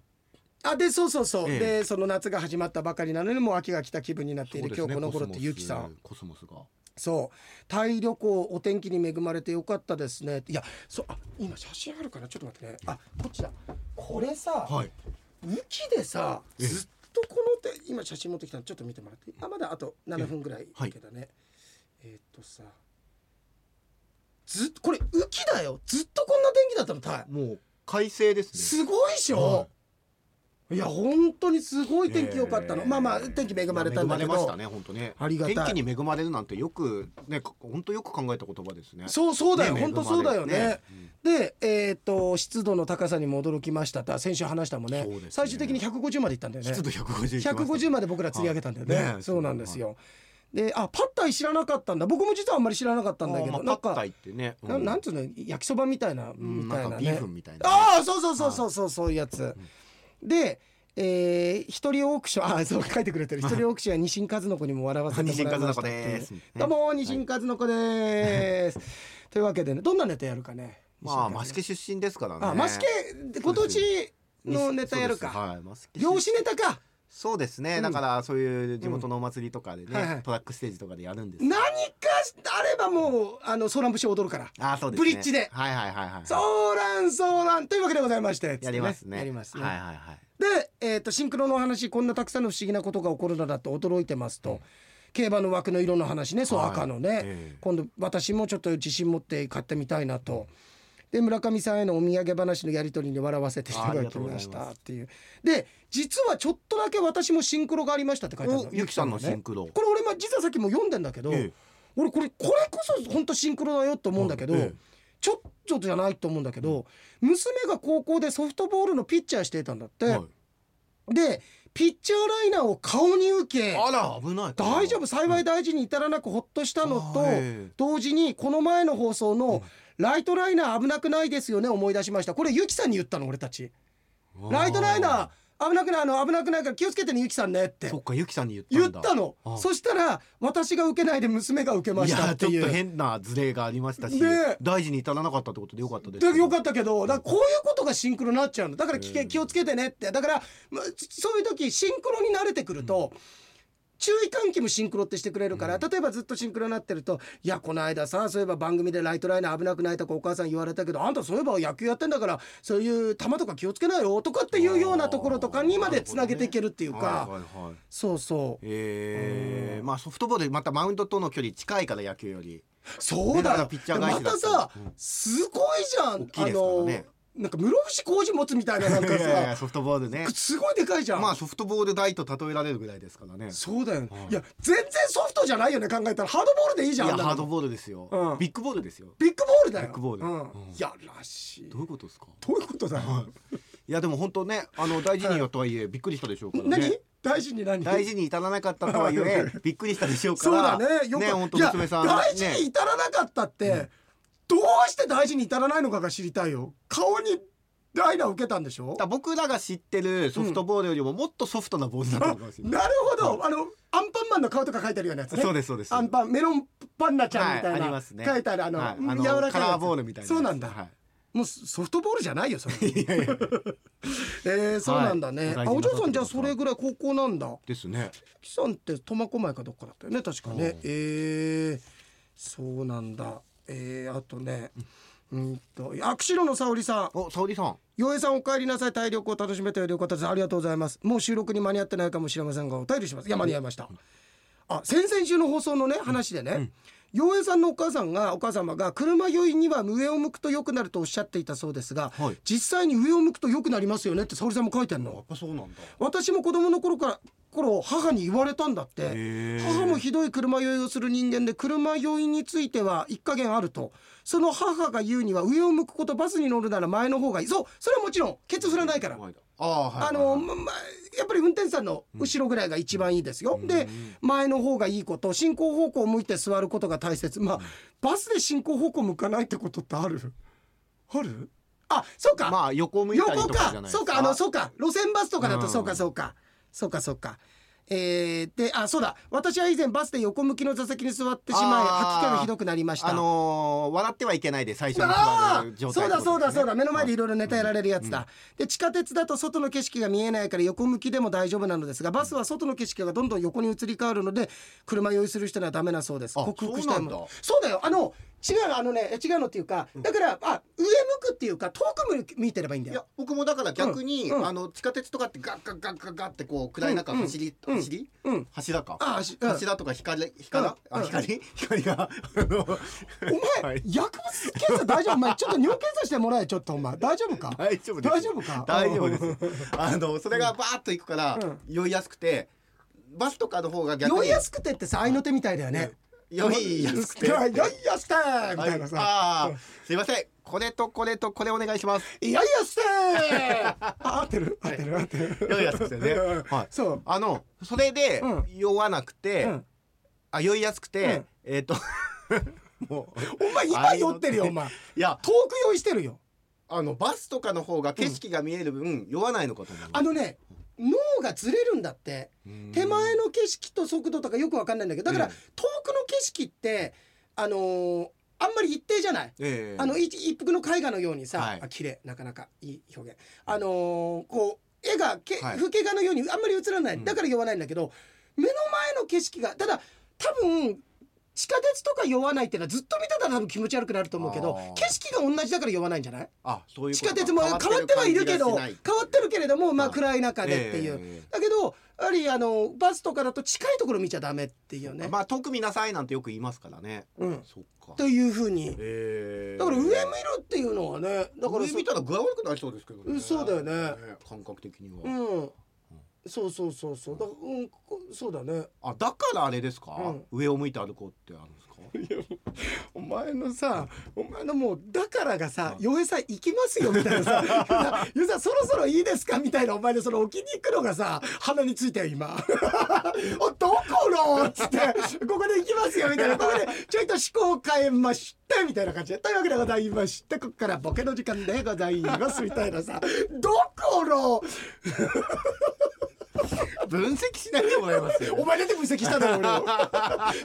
[SPEAKER 1] あでそうそうそう、
[SPEAKER 2] ええ
[SPEAKER 1] でその夏が始まったばかりなのにもう秋が来た気分になっている、
[SPEAKER 2] そう
[SPEAKER 1] 今日
[SPEAKER 2] ですね
[SPEAKER 1] この頃ってゆきさ。
[SPEAKER 2] コス
[SPEAKER 1] ん
[SPEAKER 2] モスコスモスが。
[SPEAKER 1] そうタイ旅行お天気に恵まれてよかったですねいやそうあ今写真あるかなちょっと待ってねあこっちだこれさ、
[SPEAKER 2] はい。
[SPEAKER 1] 雨季でさ
[SPEAKER 2] ええ
[SPEAKER 1] ずっとこの手今写真持ってきたのちょっと見てもらっていいあまだあと7分ぐらいだけどねえーっとさずっこれ雨季だよずっとこんな天気だったのタイ
[SPEAKER 2] もう快晴ですね。
[SPEAKER 1] すごいでしょ、い、や本当にすごい天気良かったの、
[SPEAKER 2] えー
[SPEAKER 1] まあまあ天気恵まれたんだけ
[SPEAKER 2] 恵まれました
[SPEAKER 1] ど、
[SPEAKER 2] ね本当ね。
[SPEAKER 1] ありがたい
[SPEAKER 2] 天気に恵まれるなんてよくね本当よく考えた言葉ですね。
[SPEAKER 1] そうそうだよ、
[SPEAKER 2] ね
[SPEAKER 1] 本当そうだよね。
[SPEAKER 2] 恵まれるうん
[SPEAKER 1] で、えーっと湿度の高さにも驚きましたって先週話したもんね
[SPEAKER 2] そうですね
[SPEAKER 1] 最終的に150までいったんだよね
[SPEAKER 2] 湿度150いきました。
[SPEAKER 1] 150まで僕ら釣り上げたんだよね,、
[SPEAKER 2] はいねえ
[SPEAKER 1] そうなんですよ、であパッタイ知らなかったんだ僕も実はあんまり知らなかったんだけど、
[SPEAKER 2] あーま
[SPEAKER 1] な
[SPEAKER 2] あ
[SPEAKER 1] ん
[SPEAKER 2] パッタ
[SPEAKER 1] か、
[SPEAKER 2] イってね。う
[SPEAKER 1] ななんつうの焼きそばみたいな、
[SPEAKER 2] うん
[SPEAKER 1] みたい
[SPEAKER 2] ん
[SPEAKER 1] な
[SPEAKER 2] かビー
[SPEAKER 1] ね
[SPEAKER 2] フンみたいな。
[SPEAKER 1] ああそうそうそうそうそうそういうやつ、でえー、一人オークションあそう書いてくれてる一人オークションは二進和の子にも笑わせてもらいました
[SPEAKER 2] 二進和の子です
[SPEAKER 1] っていうどうも二進和の子です、 (laughs) というわけでねどんなネタやるかね
[SPEAKER 2] まあマ
[SPEAKER 1] マ
[SPEAKER 2] ス
[SPEAKER 1] ス
[SPEAKER 2] ケ
[SPEAKER 1] ケ
[SPEAKER 2] 出身ですからね。
[SPEAKER 1] あマスケご当地のネタやる
[SPEAKER 2] そう
[SPEAKER 1] か
[SPEAKER 2] ですはい、マスケ
[SPEAKER 1] 漁師ネタか
[SPEAKER 2] そうですね、
[SPEAKER 1] うん
[SPEAKER 2] だからそういう地元のお祭りとかでね、
[SPEAKER 1] うんはいはい
[SPEAKER 2] トラックステージとかでやるんです
[SPEAKER 1] 何かあればもうあのソーラン節踊るから
[SPEAKER 2] あそうですね
[SPEAKER 1] ブリッジで
[SPEAKER 2] はいはいはいはい
[SPEAKER 1] ソーランソーランというわけでございましてつって
[SPEAKER 2] やりますね
[SPEAKER 1] やりますね、
[SPEAKER 2] はいはいはい
[SPEAKER 1] で、えー、とシンクロの話こんなたくさんの不思議なことが起こるのだと驚いてますと、競馬の枠の色の話ねそう、
[SPEAKER 2] はい
[SPEAKER 1] 赤のね、
[SPEAKER 2] ええ
[SPEAKER 1] 今度私もちょっと自信持って買ってみたいなと。で村上さんへのお土産話のやり取りに笑わせていただきまし
[SPEAKER 2] あありがとうござい
[SPEAKER 1] た
[SPEAKER 2] ま
[SPEAKER 1] っていうで実はちょっとだけ私もシンクロがありましたって書いてある
[SPEAKER 2] おゆきさんのシンクロ
[SPEAKER 1] これ俺も実はさっきも読んでんだけど、
[SPEAKER 2] ええ
[SPEAKER 1] 俺これこれこそ本当シンクロだよと思うんだけど、
[SPEAKER 2] はいええ
[SPEAKER 1] ちょちょっとじゃないと思うんだけど、娘が高校でソフトボールのピッチャーしていたんだって、
[SPEAKER 2] はい
[SPEAKER 1] でピッチャーライナーを顔に受け
[SPEAKER 2] あら危ない
[SPEAKER 1] 大丈夫幸い
[SPEAKER 2] だ
[SPEAKER 1] 大事に至らなくほっとしたのと
[SPEAKER 2] あええ
[SPEAKER 1] 同時にこの前の放送のライトライナー危なくないですよね思い出しましたこれゆきさんに言ったの俺たちライトライナ危なくないあの危なくないから気をつけてねゆきさんねって
[SPEAKER 2] そっかゆきさんに言った
[SPEAKER 1] 言っ
[SPEAKER 2] んだ
[SPEAKER 1] たの
[SPEAKER 2] あ
[SPEAKER 1] そしたら私が受けないで娘が受けま
[SPEAKER 2] い
[SPEAKER 1] した
[SPEAKER 2] や
[SPEAKER 1] って
[SPEAKER 2] ちょ
[SPEAKER 1] い
[SPEAKER 2] っ
[SPEAKER 1] う
[SPEAKER 2] と変なズレがありましたし
[SPEAKER 1] ね
[SPEAKER 2] 大事に至らなかったってことでよかったです
[SPEAKER 1] だ
[SPEAKER 2] けど
[SPEAKER 1] よかったけどだからこういうことがシンクロになっちゃうのだから気,、
[SPEAKER 2] うん
[SPEAKER 1] 気をつけてねってだからまそういう時シンクロに慣れてくると、注意喚起もシンクロってしてくれるから、例えばずっとシンクロになってると「いやこの間さそういえば番組でライトライナー危なくない」とかお母さん言われたけど「あんたそういえば野球やってんだからそういう球とか気をつけなよ」とかっていうようなところとかにまでつなげていけるっていうか、
[SPEAKER 2] はいはいはい
[SPEAKER 1] そうそう
[SPEAKER 2] えーまあソフトボールでまたマウンドとの距離近いから野球より
[SPEAKER 1] そうだ
[SPEAKER 2] ねだから
[SPEAKER 1] よ
[SPEAKER 2] ピッチャー返
[SPEAKER 1] ま
[SPEAKER 2] しだ
[SPEAKER 1] た
[SPEAKER 2] った
[SPEAKER 1] さ、
[SPEAKER 2] うん
[SPEAKER 1] すごいじゃん
[SPEAKER 2] 大きいですからね
[SPEAKER 1] あのなんか室伏工事持つみたいななんか
[SPEAKER 2] いやい
[SPEAKER 1] さ
[SPEAKER 2] やソフトボールね
[SPEAKER 1] すごいでかいじゃん、
[SPEAKER 2] まあソフトボール台と例えられるぐらいですからね
[SPEAKER 1] そうだよね、
[SPEAKER 2] はい
[SPEAKER 1] い、や全然ソフトじゃないよね考えたらハードボールでいい
[SPEAKER 2] い
[SPEAKER 1] じゃん
[SPEAKER 2] や
[SPEAKER 1] あんなの
[SPEAKER 2] ハードボールですよ、
[SPEAKER 1] うん
[SPEAKER 2] ビッグボールですよ
[SPEAKER 1] ビッグボールだよ
[SPEAKER 2] ビッグボール
[SPEAKER 1] うん
[SPEAKER 2] うん
[SPEAKER 1] いやらしい
[SPEAKER 2] どういうことですか
[SPEAKER 1] どういうことだよ、
[SPEAKER 2] いやでも本当ねあの大事にはとはいえびっくりしたでしょうから
[SPEAKER 1] 何、
[SPEAKER 2] ね
[SPEAKER 1] 大事に何
[SPEAKER 2] 大事に至らなかったとはいえびっくりしたで (laughs) しょうか
[SPEAKER 1] そうだ
[SPEAKER 2] ら
[SPEAKER 1] ねよ
[SPEAKER 2] ね
[SPEAKER 1] か
[SPEAKER 2] 本
[SPEAKER 1] っ
[SPEAKER 2] 当
[SPEAKER 1] た、いや
[SPEAKER 2] 娘さん
[SPEAKER 1] 大事に
[SPEAKER 2] ね
[SPEAKER 1] 至らなかったって、どうして大事に至らないのかが知りたいよ顔にライナー受けたんでしょ
[SPEAKER 2] だから僕らが知ってるソフトボールよりももっとソフトなボールだったのかもしれな
[SPEAKER 1] (laughs)
[SPEAKER 2] い、
[SPEAKER 1] なるほどあのアンパンマンの顔とか書いてあるようなやつね
[SPEAKER 2] (laughs) そうですそうです
[SPEAKER 1] アンパンメロンパンナちゃんみたい
[SPEAKER 2] はい
[SPEAKER 1] な、
[SPEAKER 2] ありますね
[SPEAKER 1] 書いてあるあの、
[SPEAKER 2] はいあの
[SPEAKER 1] 柔らかいやつ
[SPEAKER 2] カラーボールみたいなやつ
[SPEAKER 1] そうなんだ、
[SPEAKER 2] はい
[SPEAKER 1] もうソフトボールじゃないよ (laughs) それ
[SPEAKER 2] い (laughs) やいや
[SPEAKER 1] えー、そうなんだね、
[SPEAKER 2] はい
[SPEAKER 1] あお嬢さんじゃあそれぐらい高校なんだ
[SPEAKER 2] ですね
[SPEAKER 1] キさんって苫小牧かどっかだったよね確か
[SPEAKER 2] うん
[SPEAKER 1] ねえー、そうなんだえー、あとねうんとあ釧路の沙織さん
[SPEAKER 2] お沙織さん
[SPEAKER 1] 洋平さんお帰りなさい体力を楽しめたようでよかったですありがとうございますもう収録に間に合ってないかもしれませんがお便りしますいや間に合いましたあ先々週の放送のね話でね洋平さんのお母さんがお母様が車酔いには上を向くと良くなるとおっしゃっていたそうですが、
[SPEAKER 2] はい
[SPEAKER 1] 実際に上を向くと良くなりますよねって沙織さんも書いてあるの
[SPEAKER 2] ぱそうなんだ
[SPEAKER 1] 私も子供の頃から頃母に言われたんだって
[SPEAKER 2] へえ
[SPEAKER 1] 母もひどい車酔いをする人間で車酔いについては一加減あるとその母が言うには上を向くことバスに乗るなら前の方がいいそうそれはもちろんケツ振らないから
[SPEAKER 2] ああはい
[SPEAKER 1] あ
[SPEAKER 2] はい
[SPEAKER 1] の、
[SPEAKER 2] はい
[SPEAKER 1] ままやっぱり運転手さんの後ろぐらいが一番いいですよ、
[SPEAKER 2] うん
[SPEAKER 1] で前の方がいいこと進行方向を向いて座ることが大切まあ、バスで進行方向向かないってことってあるあるあそうか、
[SPEAKER 2] まあ横向いたり
[SPEAKER 1] 横
[SPEAKER 2] とかじゃ
[SPEAKER 1] か
[SPEAKER 2] ないです
[SPEAKER 1] そうかあのそうか路線バスとかだ
[SPEAKER 2] う
[SPEAKER 1] と
[SPEAKER 2] ん
[SPEAKER 1] そうかそうかそうかそうかえー、であそうだ私は以前バスで横向きの座席に座ってしまい
[SPEAKER 2] あー
[SPEAKER 1] 吐き気がひどくなりました
[SPEAKER 2] あのー笑ってはいけないで最初に座
[SPEAKER 1] あ
[SPEAKER 2] る
[SPEAKER 1] ー
[SPEAKER 2] 状態
[SPEAKER 1] そうだそうだそうだ目の前でい
[SPEAKER 2] る
[SPEAKER 1] ろいろネタやられるやつだ、で地下鉄だと外の景色が見えないから横向きでも大丈夫なのですがバスは外の景色がどんどん横に移り変わるので車用意する人にはダメなそうです
[SPEAKER 2] あ
[SPEAKER 1] 克服したいも
[SPEAKER 2] そうなん
[SPEAKER 1] の
[SPEAKER 2] だ
[SPEAKER 1] そうだよあの違うのあのね違うのっていうかだから、あ上向くっていうか遠く向い見てればいいんだ
[SPEAKER 2] い
[SPEAKER 1] よ
[SPEAKER 2] や僕もだから逆に、
[SPEAKER 1] うんうん
[SPEAKER 2] あの地下鉄とかってガッガッガッガッガッってこう暗い中
[SPEAKER 1] うんうん
[SPEAKER 2] 走り、
[SPEAKER 1] うん
[SPEAKER 2] 走り、
[SPEAKER 1] うん
[SPEAKER 2] 柱か
[SPEAKER 1] あ足うん
[SPEAKER 2] 柱とか光光、
[SPEAKER 1] う
[SPEAKER 2] あ
[SPEAKER 1] ん
[SPEAKER 2] 光 (laughs) 光があの
[SPEAKER 1] お前、
[SPEAKER 2] はい
[SPEAKER 1] 薬物検査大丈夫お前ちょっと尿検査してもらえちょっとお前大丈夫か
[SPEAKER 2] (laughs) 大丈夫です
[SPEAKER 1] 大丈夫か
[SPEAKER 2] 大丈夫ですあのそれがバーッと行くから、
[SPEAKER 1] うん
[SPEAKER 2] 酔いやすくてバスとかの方が逆に
[SPEAKER 1] 酔いやすくてってさ愛の手みたいだよね、
[SPEAKER 2] 酔いやすくて
[SPEAKER 1] 酔いやすくて (laughs) みたいなさ、
[SPEAKER 2] ああーすいませんこれとこれとこれお願いします
[SPEAKER 1] いやいやしてーあ合ってる合ってる合ってる
[SPEAKER 2] 酔いやすくてね、はい、
[SPEAKER 1] そう
[SPEAKER 2] あのそれで
[SPEAKER 1] うん
[SPEAKER 2] 酔わなくて、
[SPEAKER 1] うん
[SPEAKER 2] あ酔いやすくて、
[SPEAKER 1] うん
[SPEAKER 2] えっ、と (laughs) もう
[SPEAKER 1] お前今酔ってるよお前
[SPEAKER 2] いや
[SPEAKER 1] 遠く用意してるよ
[SPEAKER 2] あのバスとかの方が景色が見える分、酔わないのかと思う
[SPEAKER 1] あのね脳がずれるんだって
[SPEAKER 2] うん
[SPEAKER 1] 手前の景色と速度とかよくわかんないんだけどだから
[SPEAKER 2] うん
[SPEAKER 1] 遠くの景色ってあのーあんまり一定じゃない
[SPEAKER 2] ええ
[SPEAKER 1] あの一一服の絵画のようにさ、
[SPEAKER 2] はい
[SPEAKER 1] あ綺麗なかなかいい表現あのーこう絵がけ、
[SPEAKER 2] はい
[SPEAKER 1] 風景画のようにあんまり映らない、
[SPEAKER 2] うん
[SPEAKER 1] だから酔わないんだけど目の前の景色がただ多分地下鉄とか酔わないっていうのはずっと見てたら多分気持ち悪くなると思うけど
[SPEAKER 2] あー
[SPEAKER 1] 景色が同じだから酔わないんじゃない
[SPEAKER 2] あそういう
[SPEAKER 1] 地
[SPEAKER 2] こと
[SPEAKER 1] 下
[SPEAKER 2] か
[SPEAKER 1] 鉄も変わってはいるけど
[SPEAKER 2] 変
[SPEAKER 1] 変
[SPEAKER 2] わ
[SPEAKER 1] わ
[SPEAKER 2] っ
[SPEAKER 1] ってるけれどもま
[SPEAKER 2] は
[SPEAKER 1] あ
[SPEAKER 2] い
[SPEAKER 1] 暗い中でっていう、
[SPEAKER 2] え
[SPEAKER 1] だけどやはりあのバスとかだと近いところ見ちゃダメっていう
[SPEAKER 2] え
[SPEAKER 1] ね、
[SPEAKER 2] まあ遠く見なさいなんてよく言いますからね
[SPEAKER 1] うん、
[SPEAKER 2] そっか
[SPEAKER 1] というふうに
[SPEAKER 2] ええ
[SPEAKER 1] だから上見るっていうのはねだから
[SPEAKER 2] 上見たら具合悪くなりそうですけど
[SPEAKER 1] う
[SPEAKER 2] ね
[SPEAKER 1] んそうだよね
[SPEAKER 2] 感覚的には、
[SPEAKER 1] うん、そうそうそうそうだからうんこそうだね
[SPEAKER 2] あだからあれですか、
[SPEAKER 1] うん
[SPEAKER 2] 上を向いて歩こうってあるんですか
[SPEAKER 1] お前のさお前のもうだからがさ「洋平さん行きますよ」みたいなさ (laughs) 「洋平さんそろそろいいですか?」みたいなお前のその置きに行くのがさ鼻についたよ今 (laughs) 「おどこの?」っつって「ここで行きますよ」みたいなここでちょいと思考を変えましたみたいな感じでというわけでございましてここからボケの時間でございますみたいな (laughs) さ「どこの?」
[SPEAKER 2] 分析しないでもらい (laughs) ますよ
[SPEAKER 1] お前出て分析しただろ俺 (laughs) を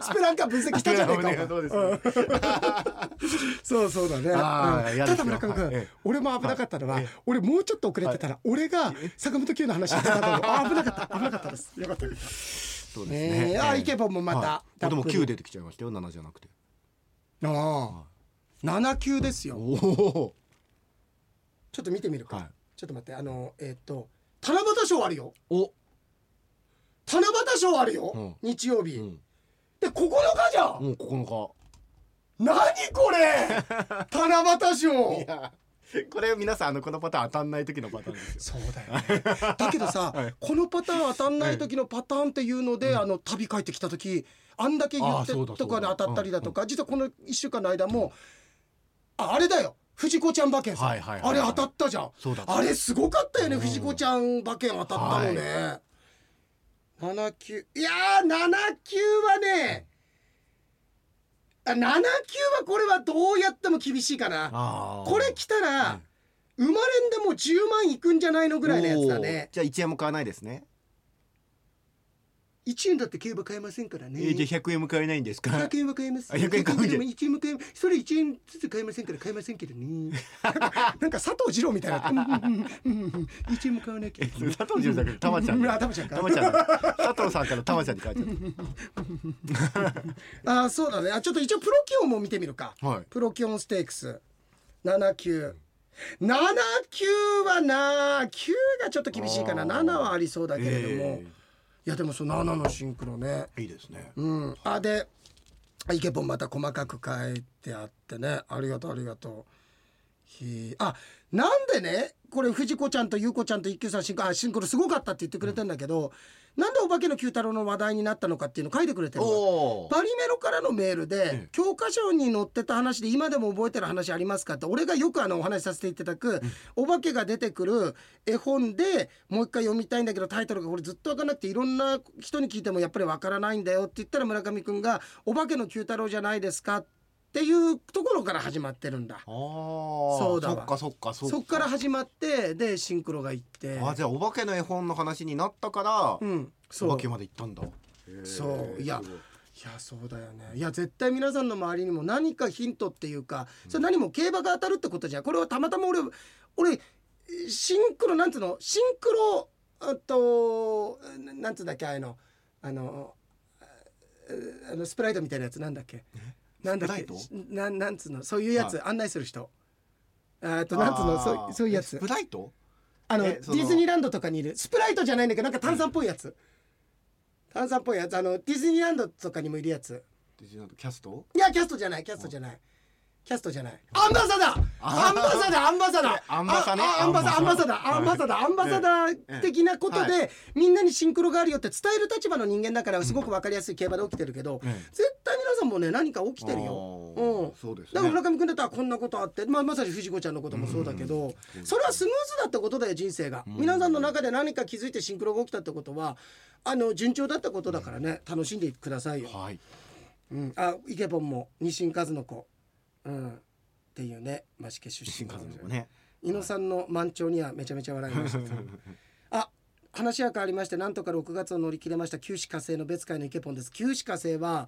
[SPEAKER 1] スペランカ分析したじゃ (laughs) ねえかお前
[SPEAKER 2] そうですね
[SPEAKER 1] そうそうだね。
[SPEAKER 2] あー
[SPEAKER 1] うん
[SPEAKER 2] 嫌
[SPEAKER 1] た
[SPEAKER 2] です
[SPEAKER 1] だ
[SPEAKER 2] よ
[SPEAKER 1] 村上君、
[SPEAKER 2] はいええ
[SPEAKER 1] 俺も危なかったのは、
[SPEAKER 2] はいええ
[SPEAKER 1] 俺もうちょっと遅れてたら、俺が坂本九の話してたの。
[SPEAKER 2] (laughs)
[SPEAKER 1] あ危なかった、危なかったです。よかった。
[SPEAKER 2] そうですね、
[SPEAKER 1] ねえあイケボもまた
[SPEAKER 2] はい
[SPEAKER 1] たっぷり
[SPEAKER 2] でも9出てきちゃいましたよ7じゃなくて
[SPEAKER 1] ああ、七級ですよ。
[SPEAKER 2] おお
[SPEAKER 1] ちょっと見てみるか。
[SPEAKER 2] はい
[SPEAKER 1] ちょっと待って、あの、えーっと、七夕賞あるよ。
[SPEAKER 2] お
[SPEAKER 1] 七夕賞あるよ。
[SPEAKER 2] うん
[SPEAKER 1] 日曜日。
[SPEAKER 2] うん
[SPEAKER 1] で、九日じゃん。
[SPEAKER 2] もう9
[SPEAKER 1] 何これ。
[SPEAKER 2] (laughs)
[SPEAKER 1] 七夕賞。
[SPEAKER 2] 日やこれ皆さんあのこのパターン当たんない時のパターンですよ
[SPEAKER 1] そうだよね。 (laughs) だけどさ、このパターン当たんない時のパターンっていうので、あの旅帰ってきた時あんだけ言って
[SPEAKER 2] あーそうだ
[SPEAKER 1] とかに
[SPEAKER 2] そう
[SPEAKER 1] 当
[SPEAKER 2] だ
[SPEAKER 1] たったりだとか、実はこの1週間の間も、ああれだよ藤子ちゃん馬券さん、
[SPEAKER 2] はいはいはいはい
[SPEAKER 1] あれ当たったじゃん
[SPEAKER 2] そうだ
[SPEAKER 1] あれすごかったよね、藤子ちゃん馬券当たったのね。7級いやー7級はね、あ7級はこれはどうやっても厳しいかな。
[SPEAKER 2] あー
[SPEAKER 1] これ来たら、生まれんでも10万いくんじゃないのぐらいのやつだね
[SPEAKER 2] おーじゃあ1円も買わないですね
[SPEAKER 1] 1円だって競馬買えませんからね
[SPEAKER 2] えーじゃあ100円も買えないんですか
[SPEAKER 1] 100円は買えます
[SPEAKER 2] あ100円買うんじゃん
[SPEAKER 1] 1円も買えそれ1円ずつ買えませんから買えませんけど
[SPEAKER 2] (laughs)
[SPEAKER 1] ねなんかなんか佐藤二郎みたいな1円も買わなきゃいけない
[SPEAKER 2] (laughs) 佐藤純さんたまちゃん
[SPEAKER 1] う
[SPEAKER 2] だ
[SPEAKER 1] んあたまちゃんか
[SPEAKER 2] たまちゃんだ佐藤さんからたまちゃんに変えち
[SPEAKER 1] (laughs)
[SPEAKER 2] ゃっ
[SPEAKER 1] あーそうだねあちょっと一応プロキオンも見てみるか、
[SPEAKER 2] はい
[SPEAKER 1] プロキオンステークス7級7級はな9がちょっと厳しいかな
[SPEAKER 2] あー
[SPEAKER 1] 7はありそうだ
[SPEAKER 2] た
[SPEAKER 1] けれども、
[SPEAKER 2] え
[SPEAKER 1] いやでもその7のシンクロね
[SPEAKER 2] ーいいですね
[SPEAKER 1] うん、あでイケポンまた細かく書いてあってねありがとうありがとうひあなんでねこれ藤子ちゃんと優子ちゃんと一休さんシンクロあシンクロすごかったって言ってくれてんだけど、なんでお化けの九太郎の話題になったのかっていうの書いてくれてるの
[SPEAKER 2] おお
[SPEAKER 1] バリメロからのメールで、
[SPEAKER 2] え
[SPEAKER 1] 教科書に載ってた話で今でも覚えてる話ありますかって俺がよくあのお話しさせていただく、お化けが出てくる絵本でもう一回読みたいんだけどタイトルがこれずっと分からなくていろんな人に聞いてもやっぱり分からないんだよって言ったら村上くんが「お化けの九太郎じゃないですか」っていうところから始まってるんだ。
[SPEAKER 2] あー
[SPEAKER 1] そうだわ
[SPEAKER 2] そっかそっかそっ
[SPEAKER 1] そっから始まってでシンクロが行って。
[SPEAKER 2] あじゃあお化けの絵本の話になったから、
[SPEAKER 1] うん、そう
[SPEAKER 2] お化けまで行ったんだ
[SPEAKER 1] そういやいやそうだよねいや絶対皆さんの周りにも何かヒントっていうかそれ何も競馬が当たるってことじゃんこれはたまたま俺俺シンクロなんつうのシンクロあとななんつうんだっけああいうのあのああのスプライトみたいなやつなんだっけなんだっけ
[SPEAKER 2] スプライト
[SPEAKER 1] しななんつうのそういうやつ案内する人ああとなんつうのそうそういうやつ
[SPEAKER 2] ブライト
[SPEAKER 1] あのデ
[SPEAKER 2] えその
[SPEAKER 1] ィズニーランドとかにいるスプライトじゃないんだけどなんか炭酸っぽいやつ、炭酸っぽいやつあのディズニーランドとかにもいるやつ
[SPEAKER 2] ディズニーランドキャスト
[SPEAKER 1] いやキャストじゃないキャストじゃないキャストじゃないアンバサダーアンバサダーアンバサダー
[SPEAKER 2] アンバサね
[SPEAKER 1] ああアンバサダーア
[SPEAKER 2] ア
[SPEAKER 1] ンバ
[SPEAKER 2] ンバ
[SPEAKER 1] サ
[SPEAKER 2] サ
[SPEAKER 1] ダーアンバサダーアンバサダー
[SPEAKER 2] え
[SPEAKER 1] 的なこと
[SPEAKER 2] は
[SPEAKER 1] でみんなにシンクロがあるよって伝える立場の人間だからすごく分かりやすい競馬で起きてるけど
[SPEAKER 2] ええ
[SPEAKER 1] 絶対皆さんもね何か起きてる
[SPEAKER 2] あ
[SPEAKER 1] よ。
[SPEAKER 2] ー
[SPEAKER 1] うん
[SPEAKER 2] そうですね
[SPEAKER 1] だから村上君だったらこんなことあって、まあ、まさに藤子ちゃんのこともそうだけど、それはスムーズだったことだよ人生が、皆さんの中で何か気づいてシンクロが起きたってことはあの順調だったことだからね楽しんでくださいよ。
[SPEAKER 2] はい
[SPEAKER 1] うん、あイケボンも西新和の子、うん、っていうね益城出
[SPEAKER 2] 新
[SPEAKER 1] 身
[SPEAKER 2] 幹線とかね
[SPEAKER 1] 猪野さんの満潮にはめちゃめちゃ笑いま
[SPEAKER 2] (laughs)
[SPEAKER 1] したあ話は変わりましてなんとか6月を乗り切れました九死火星の別海のイケポンです九死火星は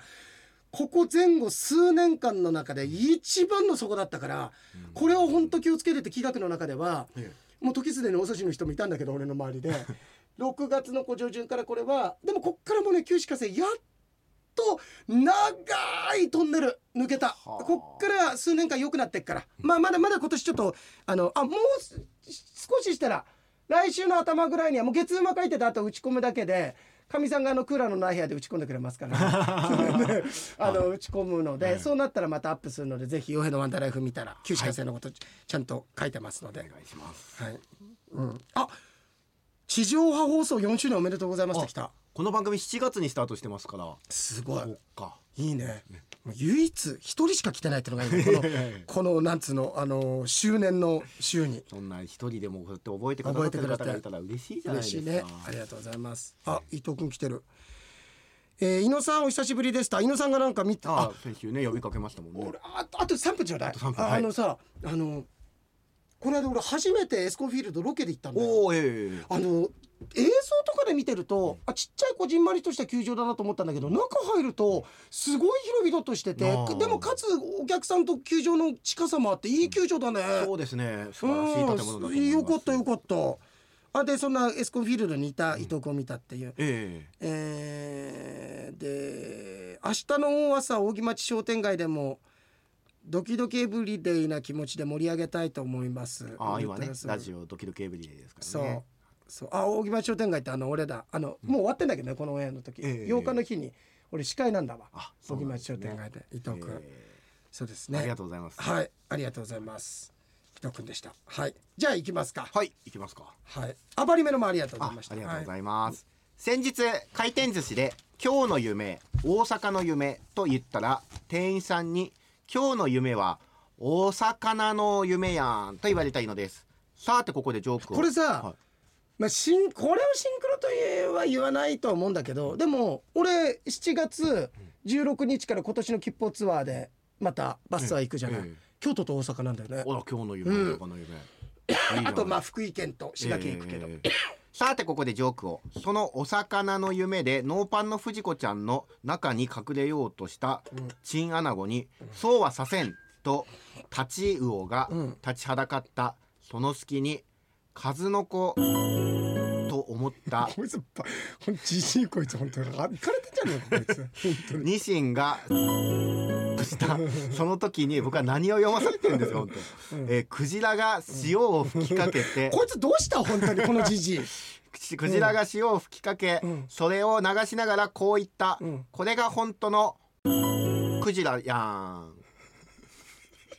[SPEAKER 1] ここ前後数年間の中で一番の底だったから、これを本当気をつけてって企画の中では、
[SPEAKER 2] え
[SPEAKER 1] もう時すでに大筋の人もいたんだけど俺の周りで (laughs) 6月の上旬からこれはでもこっからもうね九死火星やっと長いトンネル抜けた
[SPEAKER 2] はあ
[SPEAKER 1] こっから数年間良くなってっから、まあ、まだまだ今年ちょっとあのあもうす少ししたら来週の頭ぐらいにはもう月馬書いてた後打ち込むだけで。かみさんがあのクーラーのない部屋で打ち込んでくれます
[SPEAKER 2] (laughs)
[SPEAKER 1] から、 (laughs) あの打ち込むので、そうなったらまたアップするのでぜひ「洋平のワンダーライフ」見たら九死火星のことちゃんと書いてますので
[SPEAKER 2] お願いします
[SPEAKER 1] はい。うん。あ、地上波放送4周年おめでとうございますってきた
[SPEAKER 2] この番組7月にスタートしてますから
[SPEAKER 1] すご
[SPEAKER 2] そ
[SPEAKER 1] いう
[SPEAKER 2] か
[SPEAKER 1] いいねもう唯一一人しか来てないってのがいいねこのこのなんつうのあのー周年の週に
[SPEAKER 2] そんな一人でもこうやって覚えてくださってる方がいたら嬉しいじゃない
[SPEAKER 1] 嬉
[SPEAKER 2] です
[SPEAKER 1] し
[SPEAKER 2] か
[SPEAKER 1] いねありがとうございますあ伊藤君来てるえー、井野さんお久しぶりでした井野さんがなんか見た
[SPEAKER 2] あ
[SPEAKER 1] あ
[SPEAKER 2] 先週ね呼びかけましたもんね
[SPEAKER 1] 俺ああと3分じゃない
[SPEAKER 2] と三分
[SPEAKER 1] あ
[SPEAKER 2] はい
[SPEAKER 1] あのさあのこの間俺初めてエスコンフィールドロケで行ったんだよ
[SPEAKER 2] おおええええ
[SPEAKER 1] あの映像とかで見てるとあちっちゃいこじんまりとした球場だなと思ったんだけど中入るとすごい広々としてて
[SPEAKER 2] あー
[SPEAKER 1] でもかつお客さんと球場の近さもあっていい球場だね。
[SPEAKER 2] そうですね素晴らしい建物だと思います
[SPEAKER 1] よかったよかった。あでそんなエスコンフィールドにいた伊藤君を見たっていう。
[SPEAKER 2] え
[SPEAKER 1] えーで明日の大朝扇町商店街でもドキドキエブリデイな気持ちで盛り上げたいと思います。
[SPEAKER 2] えああ今ねラジ
[SPEAKER 1] オ、
[SPEAKER 2] オドキドキエブリデイですからね
[SPEAKER 1] そうそうあ扇町商店街ってあの俺だあの、もう終わってんだけどねこのオンエアの時、
[SPEAKER 2] ええ
[SPEAKER 1] 8日の日に俺司会なんだわ
[SPEAKER 2] あそう
[SPEAKER 1] 扇
[SPEAKER 2] なんで
[SPEAKER 1] 町
[SPEAKER 2] す
[SPEAKER 1] 商
[SPEAKER 2] ね
[SPEAKER 1] 店街で伊藤君、
[SPEAKER 2] え
[SPEAKER 1] そうです
[SPEAKER 2] え
[SPEAKER 1] ね
[SPEAKER 2] ありがとうございます
[SPEAKER 1] はいありがとうございます伊藤君でしたはいじゃあ行きますか
[SPEAKER 2] はい行きますか
[SPEAKER 1] はい暴り目のもありがとうござ
[SPEAKER 2] あ
[SPEAKER 1] いました
[SPEAKER 2] ありがとうご
[SPEAKER 1] は
[SPEAKER 2] ざいます、先日回転寿司で「今日の夢大阪の夢」と言ったら店員さんに「今日の夢は大魚の夢やん」と言われたいのですさてここでジョークを
[SPEAKER 1] これさ
[SPEAKER 2] はい
[SPEAKER 1] まあ、シンこれをシンクロと言えは言わないとは思うんだけどでも俺7月16日から今年の吉報ツアーでまたバスツアー行くじゃない、
[SPEAKER 2] ええ
[SPEAKER 1] 京都と大阪なんだよね
[SPEAKER 2] ほら今日の夢
[SPEAKER 1] うん
[SPEAKER 2] 大阪
[SPEAKER 1] (laughs)
[SPEAKER 2] の夢、いいじゃない
[SPEAKER 1] あとまあ福井県と滋賀県行くけど、
[SPEAKER 2] えーさてここでジョークをそのお魚の夢でノーパンの藤子ちゃんの中に隠れようとしたチンアナゴに「そうはさせん」とタチウオが
[SPEAKER 1] うん
[SPEAKER 2] 立ちはだかったその隙に「数の子」と
[SPEAKER 1] (laughs)
[SPEAKER 2] 思った
[SPEAKER 1] こいつばほんじじいこいつ本当にあいかれてんじゃねえのこい (laughs) つ本当に
[SPEAKER 2] ニシンがとしたその時に僕は何を読まされてるんですよ本当、えークジラが塩を吹きかけて
[SPEAKER 1] こいつどうした本当にこのじじい
[SPEAKER 2] 口クジラが塩を吹きかけ、
[SPEAKER 1] うん
[SPEAKER 2] それを流しながらこう言った、
[SPEAKER 1] うん
[SPEAKER 2] これが本当のクジラやん
[SPEAKER 1] (laughs)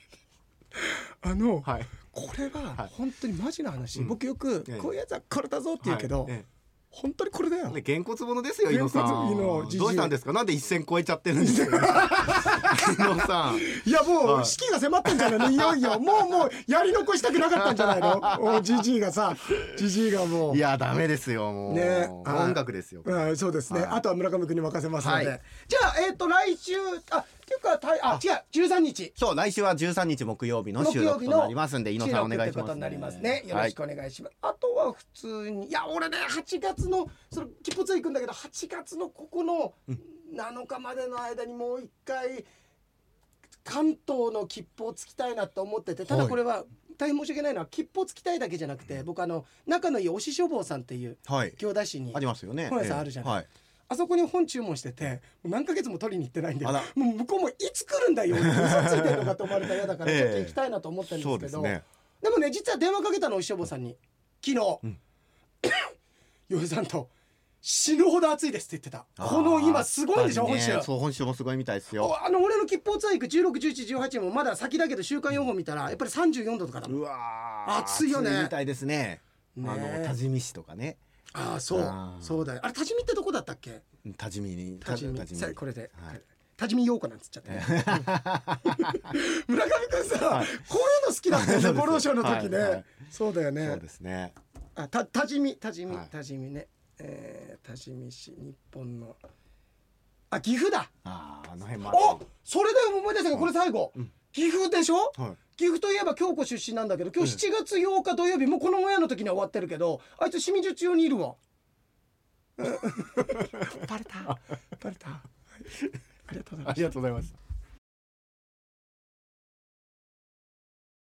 [SPEAKER 1] あの、
[SPEAKER 2] はい
[SPEAKER 1] これ
[SPEAKER 2] はい
[SPEAKER 1] は本当にマジな話、
[SPEAKER 2] うん
[SPEAKER 1] 僕よく
[SPEAKER 2] ええ
[SPEAKER 1] こういうやつはこれだぞって言うけど、
[SPEAKER 2] はいえ
[SPEAKER 1] 本当にこれだよ
[SPEAKER 2] えねげんこつものですよ伊野さん
[SPEAKER 1] げんこつ伊野じじい
[SPEAKER 2] どうしたんですかなんで一線超えちゃってるんですか
[SPEAKER 1] (laughs)
[SPEAKER 2] 伊野さん
[SPEAKER 1] いやもう、
[SPEAKER 2] はい
[SPEAKER 1] 式が迫ったんじゃないのいよい (laughs) よもうもうやり残したくなかったんじゃない (laughs) のおじじいがさじじいがもう
[SPEAKER 2] いやダメですよもう、
[SPEAKER 1] ねはい
[SPEAKER 2] 音楽ですよ、
[SPEAKER 1] うん、そうですね、
[SPEAKER 2] はい
[SPEAKER 1] あとは村上君に任せますので、
[SPEAKER 2] はい
[SPEAKER 1] じゃあえっ、と来週あっていうかたいあ違う13日
[SPEAKER 2] そう来週は13日木曜日の
[SPEAKER 1] 木
[SPEAKER 2] 収
[SPEAKER 1] 曜日
[SPEAKER 2] 録とな
[SPEAKER 1] の
[SPEAKER 2] りますんで伊野さんお願い
[SPEAKER 1] 収
[SPEAKER 2] します、
[SPEAKER 1] 録ってことになりますねよろしくお願いします、あとは普通にいや俺ね8月のそのキッポツアー行くんだけど8月のここの7日までの間にもう一回関東の切符をつきたいなと思っててただこれは大変申し訳ないのは切符をつきたいだけじゃなくて僕あの仲のいいお師匠坊さんっていう
[SPEAKER 2] はい、
[SPEAKER 1] 行田市に
[SPEAKER 2] ありますよね
[SPEAKER 1] 本屋さんあるじゃない
[SPEAKER 2] はい
[SPEAKER 1] あそこに本注文しててもう何ヶ月も取りに行ってないんで
[SPEAKER 2] あ
[SPEAKER 1] も
[SPEAKER 2] ら
[SPEAKER 1] う向こうもいつ来るんだよって嘘ついてるのかと思われたら嫌だから
[SPEAKER 2] (laughs) ええ
[SPEAKER 1] ちょっと行きたいなと思ってるんで
[SPEAKER 2] そう
[SPEAKER 1] す
[SPEAKER 2] で
[SPEAKER 1] け
[SPEAKER 2] す
[SPEAKER 1] ど、
[SPEAKER 2] ね
[SPEAKER 1] でもね実は電話かけたのお師匠坊さんに昨日 (coughs)
[SPEAKER 2] うん
[SPEAKER 1] 「与、平、さんと死ぬほど暑いです」って言ってたこの今すごいんでしょ、
[SPEAKER 2] あー
[SPEAKER 1] 本州
[SPEAKER 2] やっぱりねそう本州もすごいみたいですよ
[SPEAKER 1] おあの俺の吉報ツアー行く161118もまだ先だけど週間予報見たらやっぱり34度とかだもん
[SPEAKER 2] うわー
[SPEAKER 1] 暑いよね
[SPEAKER 2] みたいですね
[SPEAKER 1] ね
[SPEAKER 2] あの多治見市とかね
[SPEAKER 1] ああそう
[SPEAKER 2] あー
[SPEAKER 1] そうだよあれ多治見ってどこだったっけ
[SPEAKER 2] 多治見に
[SPEAKER 1] 多治見
[SPEAKER 2] 多治見
[SPEAKER 1] さこれで、
[SPEAKER 2] はい
[SPEAKER 1] 多治見陽子なんつっ
[SPEAKER 2] (laughs)
[SPEAKER 1] ちゃって、村上君さ、こういうの好きなんだよ
[SPEAKER 2] そ
[SPEAKER 1] ね
[SPEAKER 2] うで
[SPEAKER 1] ご
[SPEAKER 2] す
[SPEAKER 1] 老将の時ね、
[SPEAKER 2] はいはい
[SPEAKER 1] そうだよね
[SPEAKER 2] そうですね
[SPEAKER 1] あた多治見多治見、
[SPEAKER 2] はい
[SPEAKER 1] 多治見ね、えー、多治見市日本のあ岐阜だ
[SPEAKER 2] あーあの辺もあ
[SPEAKER 1] お
[SPEAKER 2] っ
[SPEAKER 1] それで思い出したけどこれ最後、岐阜でしょ、
[SPEAKER 2] たはい
[SPEAKER 1] 岐阜といえば京子出身なんだけど今日7月8日土曜日、もうこの親の時には終わってるけどあいつ清水中にいる
[SPEAKER 2] (laughs)
[SPEAKER 1] わバレたバレたはいありがとうございます
[SPEAKER 2] ありがとうございます